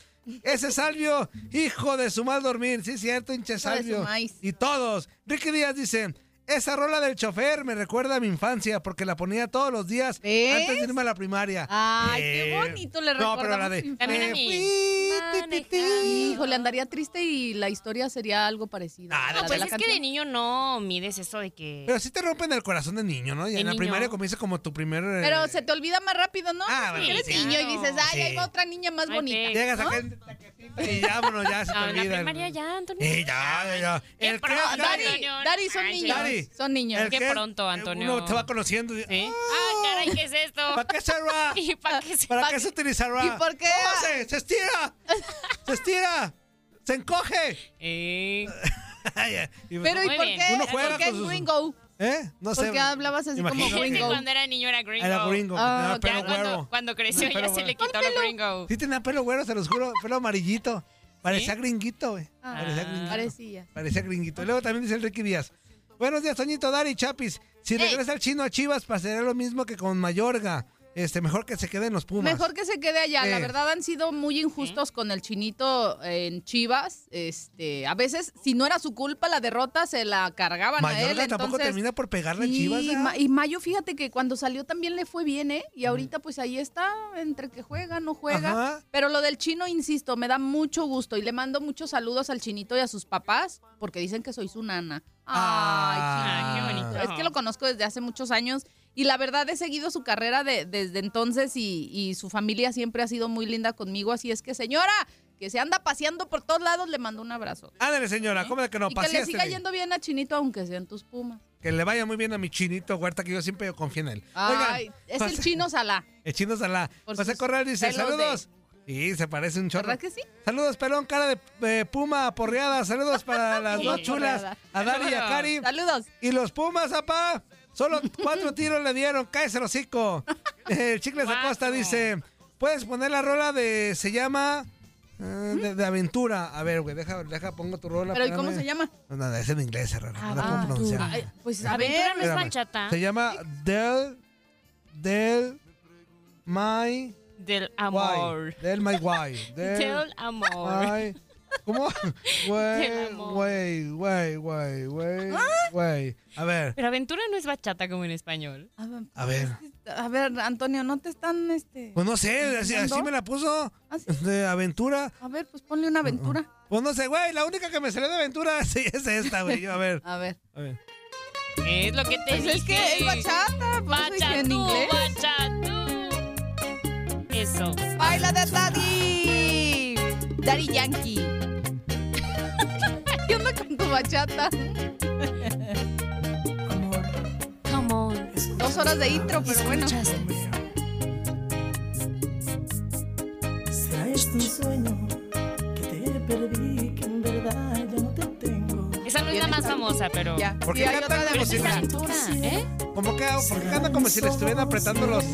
[SPEAKER 1] Ese Salvio, hijo de su mal dormir. Sí, cierto, hinche
[SPEAKER 4] Hijo de su
[SPEAKER 1] Salvio.
[SPEAKER 4] maíz.
[SPEAKER 1] Y todos. Ricky Díaz dice, esa rola del chofer me recuerda a mi infancia porque la ponía todos los días
[SPEAKER 4] ¿Ves?
[SPEAKER 1] antes de irme a la primaria.
[SPEAKER 4] Ay,
[SPEAKER 1] Eh,
[SPEAKER 4] qué bonito le recordamos.
[SPEAKER 1] No, pero la de...
[SPEAKER 4] su
[SPEAKER 5] También a
[SPEAKER 1] me
[SPEAKER 5] mí.
[SPEAKER 1] fui, ti, ti, ti.
[SPEAKER 4] Híjole, andaría triste y la historia sería algo parecida.
[SPEAKER 1] Ah,
[SPEAKER 4] a
[SPEAKER 1] no,
[SPEAKER 4] la de
[SPEAKER 5] Pues
[SPEAKER 4] la
[SPEAKER 5] es que
[SPEAKER 4] canción.
[SPEAKER 5] de niño no mides eso de que.
[SPEAKER 1] Pero sí te rompen el corazón de niño, ¿no? Y
[SPEAKER 5] De
[SPEAKER 1] en la
[SPEAKER 5] niño.
[SPEAKER 1] primaria comienza como tu primer... eh,
[SPEAKER 4] Pero se te olvida más rápido, ¿no?
[SPEAKER 1] Ah,
[SPEAKER 4] Porque
[SPEAKER 1] bueno,
[SPEAKER 4] eres
[SPEAKER 1] sí.
[SPEAKER 4] niño y dices, ay,
[SPEAKER 1] Sí.
[SPEAKER 4] ahí va otra niña más
[SPEAKER 5] Ay,
[SPEAKER 4] bonita.
[SPEAKER 5] pe-
[SPEAKER 1] Llegas
[SPEAKER 4] ¿no?
[SPEAKER 1] acá en taquetito y vámonos, ya se te
[SPEAKER 5] No, en la
[SPEAKER 1] olvida.
[SPEAKER 5] primaria ya, Antonio.
[SPEAKER 1] Eh, ya, ya, ya.
[SPEAKER 5] Qué
[SPEAKER 1] El
[SPEAKER 5] pro-
[SPEAKER 1] que es Gary,
[SPEAKER 5] Dari.
[SPEAKER 4] Dari, Dari, son
[SPEAKER 5] Ay,
[SPEAKER 4] niños.
[SPEAKER 1] Dari.
[SPEAKER 4] Son niños.
[SPEAKER 1] el
[SPEAKER 5] Qué
[SPEAKER 1] que es-
[SPEAKER 5] pronto,
[SPEAKER 1] eh,
[SPEAKER 5] Antonio.
[SPEAKER 1] Uno te va conociendo. y-
[SPEAKER 5] ¿Sí? Ah, caray, ¿qué es esto?
[SPEAKER 1] ¿Para qué será?
[SPEAKER 5] ¿Y para qué se
[SPEAKER 1] ¿Para
[SPEAKER 4] ¿Pa
[SPEAKER 1] qué
[SPEAKER 4] qué?
[SPEAKER 1] se utilizará?
[SPEAKER 4] ¿Y por qué?
[SPEAKER 1] ¿Cómo se? ¡Se estira! ¡Se estira! ¡Se encoge!
[SPEAKER 5] Eh,
[SPEAKER 1] Y-
[SPEAKER 4] Pero ¿y
[SPEAKER 5] Muy
[SPEAKER 4] por
[SPEAKER 5] bien.
[SPEAKER 4] qué?
[SPEAKER 1] Uno juega
[SPEAKER 4] ¿Por qué
[SPEAKER 1] con
[SPEAKER 4] es
[SPEAKER 1] sus-
[SPEAKER 4] gringo?
[SPEAKER 1] ¿Eh? No sé.
[SPEAKER 4] ¿Por qué hablabas así como
[SPEAKER 1] Imagino que-
[SPEAKER 5] es que
[SPEAKER 4] gringo?
[SPEAKER 5] cuando era niño era gringo.
[SPEAKER 1] Era gringo.
[SPEAKER 4] Ah,
[SPEAKER 1] tenía
[SPEAKER 4] ok.
[SPEAKER 1] pelo
[SPEAKER 5] Ya cuando,
[SPEAKER 1] güero.
[SPEAKER 5] cuando creció
[SPEAKER 1] Pero
[SPEAKER 5] ya se
[SPEAKER 1] bueno.
[SPEAKER 5] le quitó lo gringo.
[SPEAKER 1] Sí tenía pelo güero, se los juro. Pelo amarillito. Parecía gringuito, güey.
[SPEAKER 4] Ah,
[SPEAKER 1] parecía gringuito.
[SPEAKER 4] Parecía.
[SPEAKER 1] Parecía gringuito. Y luego también dice el Ricky Díaz. Buenos días, Toñito, Dari, Chapis. Si regresa el chino a Chivas, pasaría lo mismo que con Mayorga. Este, mejor que se quede en los Pumas.
[SPEAKER 4] Mejor que se quede allá. La
[SPEAKER 1] Eh.
[SPEAKER 4] verdad han sido muy injustos con el chinito en Chivas. Este, a veces, si no era su culpa la derrota, se la cargaban a él.
[SPEAKER 1] Mayorga tampoco
[SPEAKER 4] entonces-
[SPEAKER 1] termina por pegarle a
[SPEAKER 4] Sí,
[SPEAKER 1] Chivas. ¿verdad?
[SPEAKER 4] Ma- y Mayo, fíjate que cuando salió también le fue bien, ¿eh? Y ahorita pues ahí está, entre que juega, no juega.
[SPEAKER 1] Ajá.
[SPEAKER 4] Pero lo del chino, insisto, me da mucho gusto y le mando muchos saludos al chinito y a sus papás porque dicen que soy su nana.
[SPEAKER 1] Ah.
[SPEAKER 4] Ay, Chinito. Es que lo conozco desde hace muchos años y la verdad he seguido su carrera de- desde entonces y, y su familia siempre ha sido muy linda conmigo. Así es que, señora, que se anda paseando por todos lados, le mando un abrazo.
[SPEAKER 1] Ándale, señora, cómo de que no
[SPEAKER 4] y que le siga
[SPEAKER 1] paseaste.
[SPEAKER 4] yendo bien a Chinito, aunque sean tus pumas.
[SPEAKER 1] Que le vaya muy bien a mi chinito, Huerta, que yo siempre confío en él.
[SPEAKER 4] Ay, es el
[SPEAKER 1] José-
[SPEAKER 4] chino Salá.
[SPEAKER 1] El chino Salá.
[SPEAKER 4] Ah. Por
[SPEAKER 1] José
[SPEAKER 4] sus
[SPEAKER 1] Corral dice,
[SPEAKER 4] pelos
[SPEAKER 1] saludos. Sí, se parece un chorro.
[SPEAKER 4] ¿Verdad que sí?
[SPEAKER 1] Saludos, pelón, cara de eh, puma, porreada. Saludos para las dos chulas, a Dari y a Cari.
[SPEAKER 4] Saludos.
[SPEAKER 1] Y los pumas, apá. Solo cuatro tiros le dieron. Cáese el hocico. El Chicles Acosta dice, puedes poner la rola de, se llama... eh, De, de aventura. A ver, güey, deja, deja, pongo tu rola.
[SPEAKER 4] Pero ¿y cómo
[SPEAKER 1] espérame.
[SPEAKER 4] se llama? Ah,
[SPEAKER 1] No, no, es en inglés, hermano. No la puedo pronunciar.
[SPEAKER 4] Ay, pues a
[SPEAKER 5] Aventura
[SPEAKER 4] ver,
[SPEAKER 5] no es
[SPEAKER 1] Espérame.
[SPEAKER 5] bachata.
[SPEAKER 1] Se llama Del. Del. My.
[SPEAKER 5] Del amor.
[SPEAKER 1] Why. Del My Why. Del.
[SPEAKER 5] Del amor.
[SPEAKER 1] My- ¿Cómo? Güey,
[SPEAKER 5] amor. ¿Ah?
[SPEAKER 1] güey, güey, güey, güey, güey. A ver,
[SPEAKER 5] Pero aventura no es bachata como en español.
[SPEAKER 1] a ver.
[SPEAKER 4] A ver, Antonio, no te están este.
[SPEAKER 1] Pues no sé, así,
[SPEAKER 4] ¿Entendiendo?
[SPEAKER 1] así me la puso.
[SPEAKER 5] ¿Ah,
[SPEAKER 1] De aventura.
[SPEAKER 4] A ver, pues ponle una aventura.
[SPEAKER 1] Pues no sé, güey, la única que me salió de aventura sí, es esta, güey. Yo, A ver.
[SPEAKER 4] A ver.
[SPEAKER 1] A ver.
[SPEAKER 5] Es lo que te
[SPEAKER 4] Pues
[SPEAKER 5] dije.
[SPEAKER 4] es que es bachata, por eso dije en
[SPEAKER 5] Bachatú,
[SPEAKER 4] inglés.
[SPEAKER 5] bachatú. Eso.
[SPEAKER 4] Baila de Daddy. Daddy Yankee. ¿Qué onda con tu bachata?
[SPEAKER 5] Come on.
[SPEAKER 4] Dos horas de intro, pero bueno.
[SPEAKER 8] ¿Será este un sueño que te perdí, que en verdad ya no te tengo?
[SPEAKER 5] Esa no es la más famosa, pero.
[SPEAKER 4] Ya.
[SPEAKER 1] ¿Por qué
[SPEAKER 4] Sí, hay
[SPEAKER 1] cantan
[SPEAKER 4] otra de
[SPEAKER 1] como si-
[SPEAKER 4] música.
[SPEAKER 5] Aventura, ¿eh?
[SPEAKER 1] ¿Cómo que ¿Por qué canta como si le estuvieran apretando los,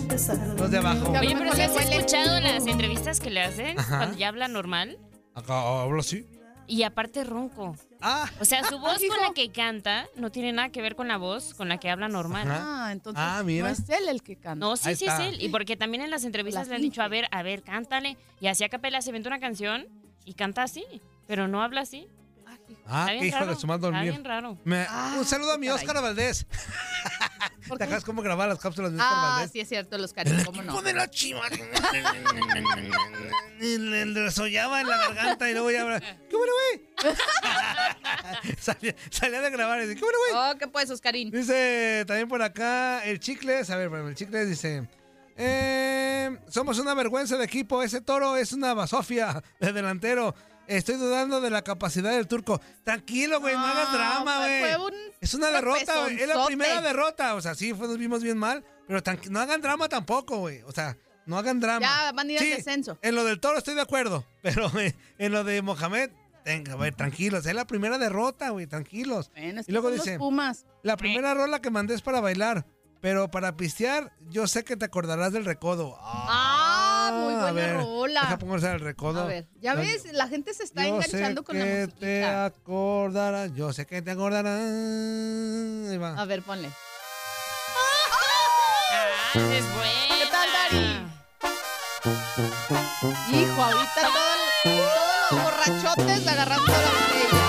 [SPEAKER 1] los de abajo?
[SPEAKER 4] Que a lo
[SPEAKER 5] Oye, pero
[SPEAKER 4] mejor
[SPEAKER 5] si
[SPEAKER 4] le
[SPEAKER 5] has
[SPEAKER 4] huele.
[SPEAKER 5] escuchado las entrevistas que le hacen
[SPEAKER 1] Ajá.
[SPEAKER 5] cuando ya habla normal
[SPEAKER 1] Acá hablo así.
[SPEAKER 5] y aparte ronco.
[SPEAKER 1] Ah.
[SPEAKER 5] O sea, su voz
[SPEAKER 4] Hijo.
[SPEAKER 5] con la que canta no tiene nada que ver con la voz con la que habla normal.
[SPEAKER 1] Ajá.
[SPEAKER 4] Ah, entonces
[SPEAKER 1] Ah, mira.
[SPEAKER 4] no es él el que canta.
[SPEAKER 5] No, sí,
[SPEAKER 1] Ahí
[SPEAKER 5] sí
[SPEAKER 1] está.
[SPEAKER 5] es él. Y porque también en las entrevistas
[SPEAKER 4] La
[SPEAKER 5] le han dicho, a ver, a ver, cántale. Y así a capela se inventa una canción y canta así, pero no habla así.
[SPEAKER 4] Ah, hijo.
[SPEAKER 1] Ah,
[SPEAKER 5] Está
[SPEAKER 1] qué
[SPEAKER 5] bien
[SPEAKER 1] hijo
[SPEAKER 5] raro,
[SPEAKER 1] de su mal
[SPEAKER 5] Está
[SPEAKER 1] dormir.
[SPEAKER 5] bien raro.
[SPEAKER 1] Me-
[SPEAKER 4] Ah,
[SPEAKER 1] un saludo a mi
[SPEAKER 4] caray.
[SPEAKER 1] Oscar Valdés.
[SPEAKER 4] ¿Por
[SPEAKER 1] ¿Te
[SPEAKER 4] qué?
[SPEAKER 1] acuerdas cómo grababa las cápsulas de Oscar
[SPEAKER 4] Ah,
[SPEAKER 1] Valdés?
[SPEAKER 4] sí es cierto, los cariños, ¿cómo no?
[SPEAKER 1] Pone la chiva. Y le le resollaba en la garganta y luego ya. ¡Qué bueno, güey! salía, salía de grabar y dice: ¡Qué bueno, güey!
[SPEAKER 4] Oh, ¿qué puedes, Oscarín?
[SPEAKER 1] Dice también por acá el Chicles. A ver, bueno, el Chicles dice. eh, somos una vergüenza de equipo. Ese toro es una basofia de delantero. Estoy dudando de la capacidad del turco. Tranquilo, güey, no, hagas drama,
[SPEAKER 4] fue-
[SPEAKER 1] güey.
[SPEAKER 4] fue un
[SPEAKER 1] Es una derrota, güey. Es la
[SPEAKER 4] tropezonzote.
[SPEAKER 1] primera derrota. O sea, sí, fue- nos vimos bien mal. Pero tranqui- no hagan drama tampoco, güey. O sea, no hagan drama.
[SPEAKER 4] Ya, van a ir al
[SPEAKER 1] Sí,
[SPEAKER 4] descenso.
[SPEAKER 1] En lo del toro estoy de acuerdo. Pero eh, en lo de Mohamed, venga, güey, tranquilos. Es la primera derrota, güey, tranquilos.
[SPEAKER 4] Bueno, es
[SPEAKER 1] Y luego
[SPEAKER 4] que son
[SPEAKER 1] dice-
[SPEAKER 4] los Pumas. Eh.
[SPEAKER 1] La primera rola que mandé es para bailar, pero para pistear, yo sé que te acordarás del recodo.
[SPEAKER 4] Ah, muy buena
[SPEAKER 1] a ver,
[SPEAKER 4] rola.
[SPEAKER 1] Deja ponerse el recodo.
[SPEAKER 4] A ver, ya
[SPEAKER 1] No,
[SPEAKER 4] ves,
[SPEAKER 1] yo-
[SPEAKER 4] la gente se está
[SPEAKER 1] yo
[SPEAKER 4] enganchando
[SPEAKER 1] sé
[SPEAKER 4] con la
[SPEAKER 1] que te
[SPEAKER 4] musiquita.
[SPEAKER 1] acordarás, yo sé que te acordarás. Ahí va.
[SPEAKER 4] A ver, ponle.
[SPEAKER 5] Ah, esa es buena.
[SPEAKER 4] ¿Qué tal, Dari? Hijo, ahorita todo- todos los borrachotes agarrando la botella.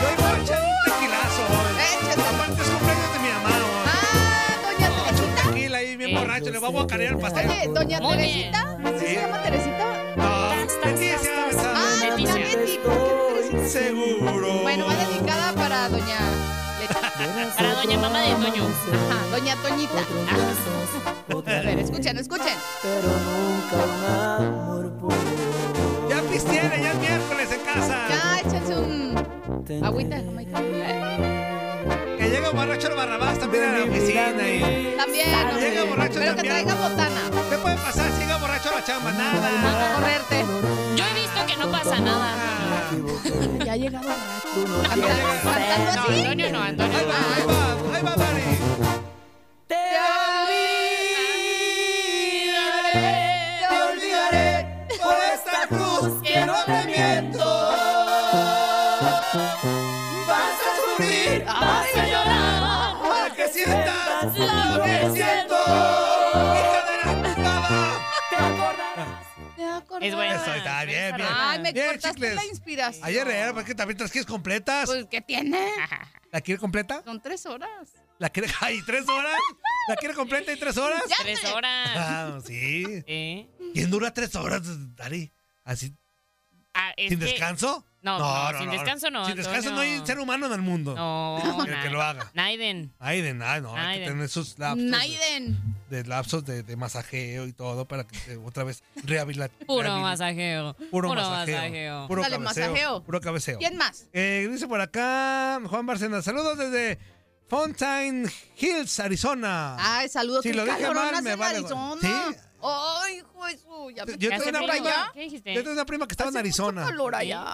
[SPEAKER 1] Yo iba a echar un tequilazo. hoy.
[SPEAKER 4] Échate.
[SPEAKER 1] Aparte es cumpleaños de mi mamá. hoy.
[SPEAKER 4] Ah, doña Teresita.
[SPEAKER 1] Tequila ahí bien
[SPEAKER 5] Eh,
[SPEAKER 1] borracho, le vamos a carear el pastel.
[SPEAKER 4] Oye, doña
[SPEAKER 5] Muy
[SPEAKER 4] Teresita. ¿Sí se
[SPEAKER 1] Sí.
[SPEAKER 4] llama Teresita?
[SPEAKER 1] No, Leticia,
[SPEAKER 4] Ah,
[SPEAKER 1] ¿sabes?
[SPEAKER 4] doña
[SPEAKER 5] Leticia.
[SPEAKER 4] Leti. ¿Por qué Teresita?
[SPEAKER 1] Seguro.
[SPEAKER 4] Bueno, va dedicada para doña Leti.
[SPEAKER 5] Para doña mamá de Toño.
[SPEAKER 4] Ajá, doña Toñita. Ajá. A ver, escuchen, escuchen.
[SPEAKER 8] Pero nunca un amor puro.
[SPEAKER 1] Ya pistiera, ya es miércoles en casa.
[SPEAKER 4] Ya, échense un agüita de Jamaica.
[SPEAKER 1] Que llega borracho el Barrabás también a la oficina y...
[SPEAKER 4] También, hombre.
[SPEAKER 1] Ah, Llega borracho
[SPEAKER 4] Pero que
[SPEAKER 1] también.
[SPEAKER 4] traiga botana
[SPEAKER 1] ¿Qué puede pasar si llega borracho a la chamba? Nada.
[SPEAKER 4] para correrte.
[SPEAKER 5] Yo he visto que no pasa nada.
[SPEAKER 1] Ah.
[SPEAKER 4] Ya llegaba Cantando cantando
[SPEAKER 5] No,
[SPEAKER 4] así.
[SPEAKER 5] Antonio no, Antonio
[SPEAKER 1] Ahí
[SPEAKER 5] no.
[SPEAKER 1] va, ahí va, ahí va, Mari.
[SPEAKER 4] Te
[SPEAKER 1] Por esta cruz que no
[SPEAKER 8] te miento. Vas a sufrir, vas a llorar, para que sientas lo que siento.
[SPEAKER 5] Es bueno.
[SPEAKER 1] Eso está bien, bien.
[SPEAKER 4] Ay, me
[SPEAKER 1] Bien,
[SPEAKER 4] cortaste
[SPEAKER 1] chicles.
[SPEAKER 4] la inspiración.
[SPEAKER 1] Ayer era, ¿para qué también las quieres completas?
[SPEAKER 4] Pues, ¿qué tiene?
[SPEAKER 1] ¿La quiere completa?
[SPEAKER 4] Son tres horas.
[SPEAKER 1] ¿La quiere? ¿Ay, tres horas? ¿La quiere completa y tres horas?
[SPEAKER 4] Ya.
[SPEAKER 5] Tres horas. ¿Eh?
[SPEAKER 1] Ah, sí. ¿Quién dura tres horas, Dari? ¿Así?
[SPEAKER 5] Ah, es
[SPEAKER 1] ¿Sin
[SPEAKER 5] que-
[SPEAKER 1] descanso?
[SPEAKER 5] No, no, sin descanso no,
[SPEAKER 1] Sin descanso no hay
[SPEAKER 5] Antonio.
[SPEAKER 1] ser humano en el mundo.
[SPEAKER 5] No,
[SPEAKER 1] El que
[SPEAKER 5] na-
[SPEAKER 1] lo haga.
[SPEAKER 5] Naiden.
[SPEAKER 1] Ay, de nada, no. Hay que
[SPEAKER 5] Naiden.
[SPEAKER 1] tener esos lapsos. de-
[SPEAKER 4] Naiden.
[SPEAKER 1] de lapsos de, de masajeo y todo para que te- otra vez rehabilite.
[SPEAKER 5] Puro masajeo.
[SPEAKER 1] Puro, masajeo. Puro
[SPEAKER 4] Dale,
[SPEAKER 1] cabeceo,
[SPEAKER 4] masajeo.
[SPEAKER 1] Puro cabeceo.
[SPEAKER 4] ¿Quién más?
[SPEAKER 1] Eh, dice por acá Juan Barcena. Saludos desde Fountain Hills, Arizona.
[SPEAKER 4] Ay, saludos.
[SPEAKER 1] Si
[SPEAKER 4] qué
[SPEAKER 1] lo dije
[SPEAKER 4] calorón
[SPEAKER 1] mal,
[SPEAKER 4] hace
[SPEAKER 1] me
[SPEAKER 4] en
[SPEAKER 1] vale,
[SPEAKER 4] Arizona.
[SPEAKER 1] ¿sí?
[SPEAKER 4] Ay, hijo de su, ya me
[SPEAKER 1] Yo
[SPEAKER 5] ¿Hace
[SPEAKER 1] tengo una
[SPEAKER 4] por
[SPEAKER 5] frío?
[SPEAKER 1] prima.
[SPEAKER 4] allá.
[SPEAKER 5] ¿Qué dijiste?
[SPEAKER 1] Yo tengo una prima que estaba en Arizona.
[SPEAKER 4] calor allá.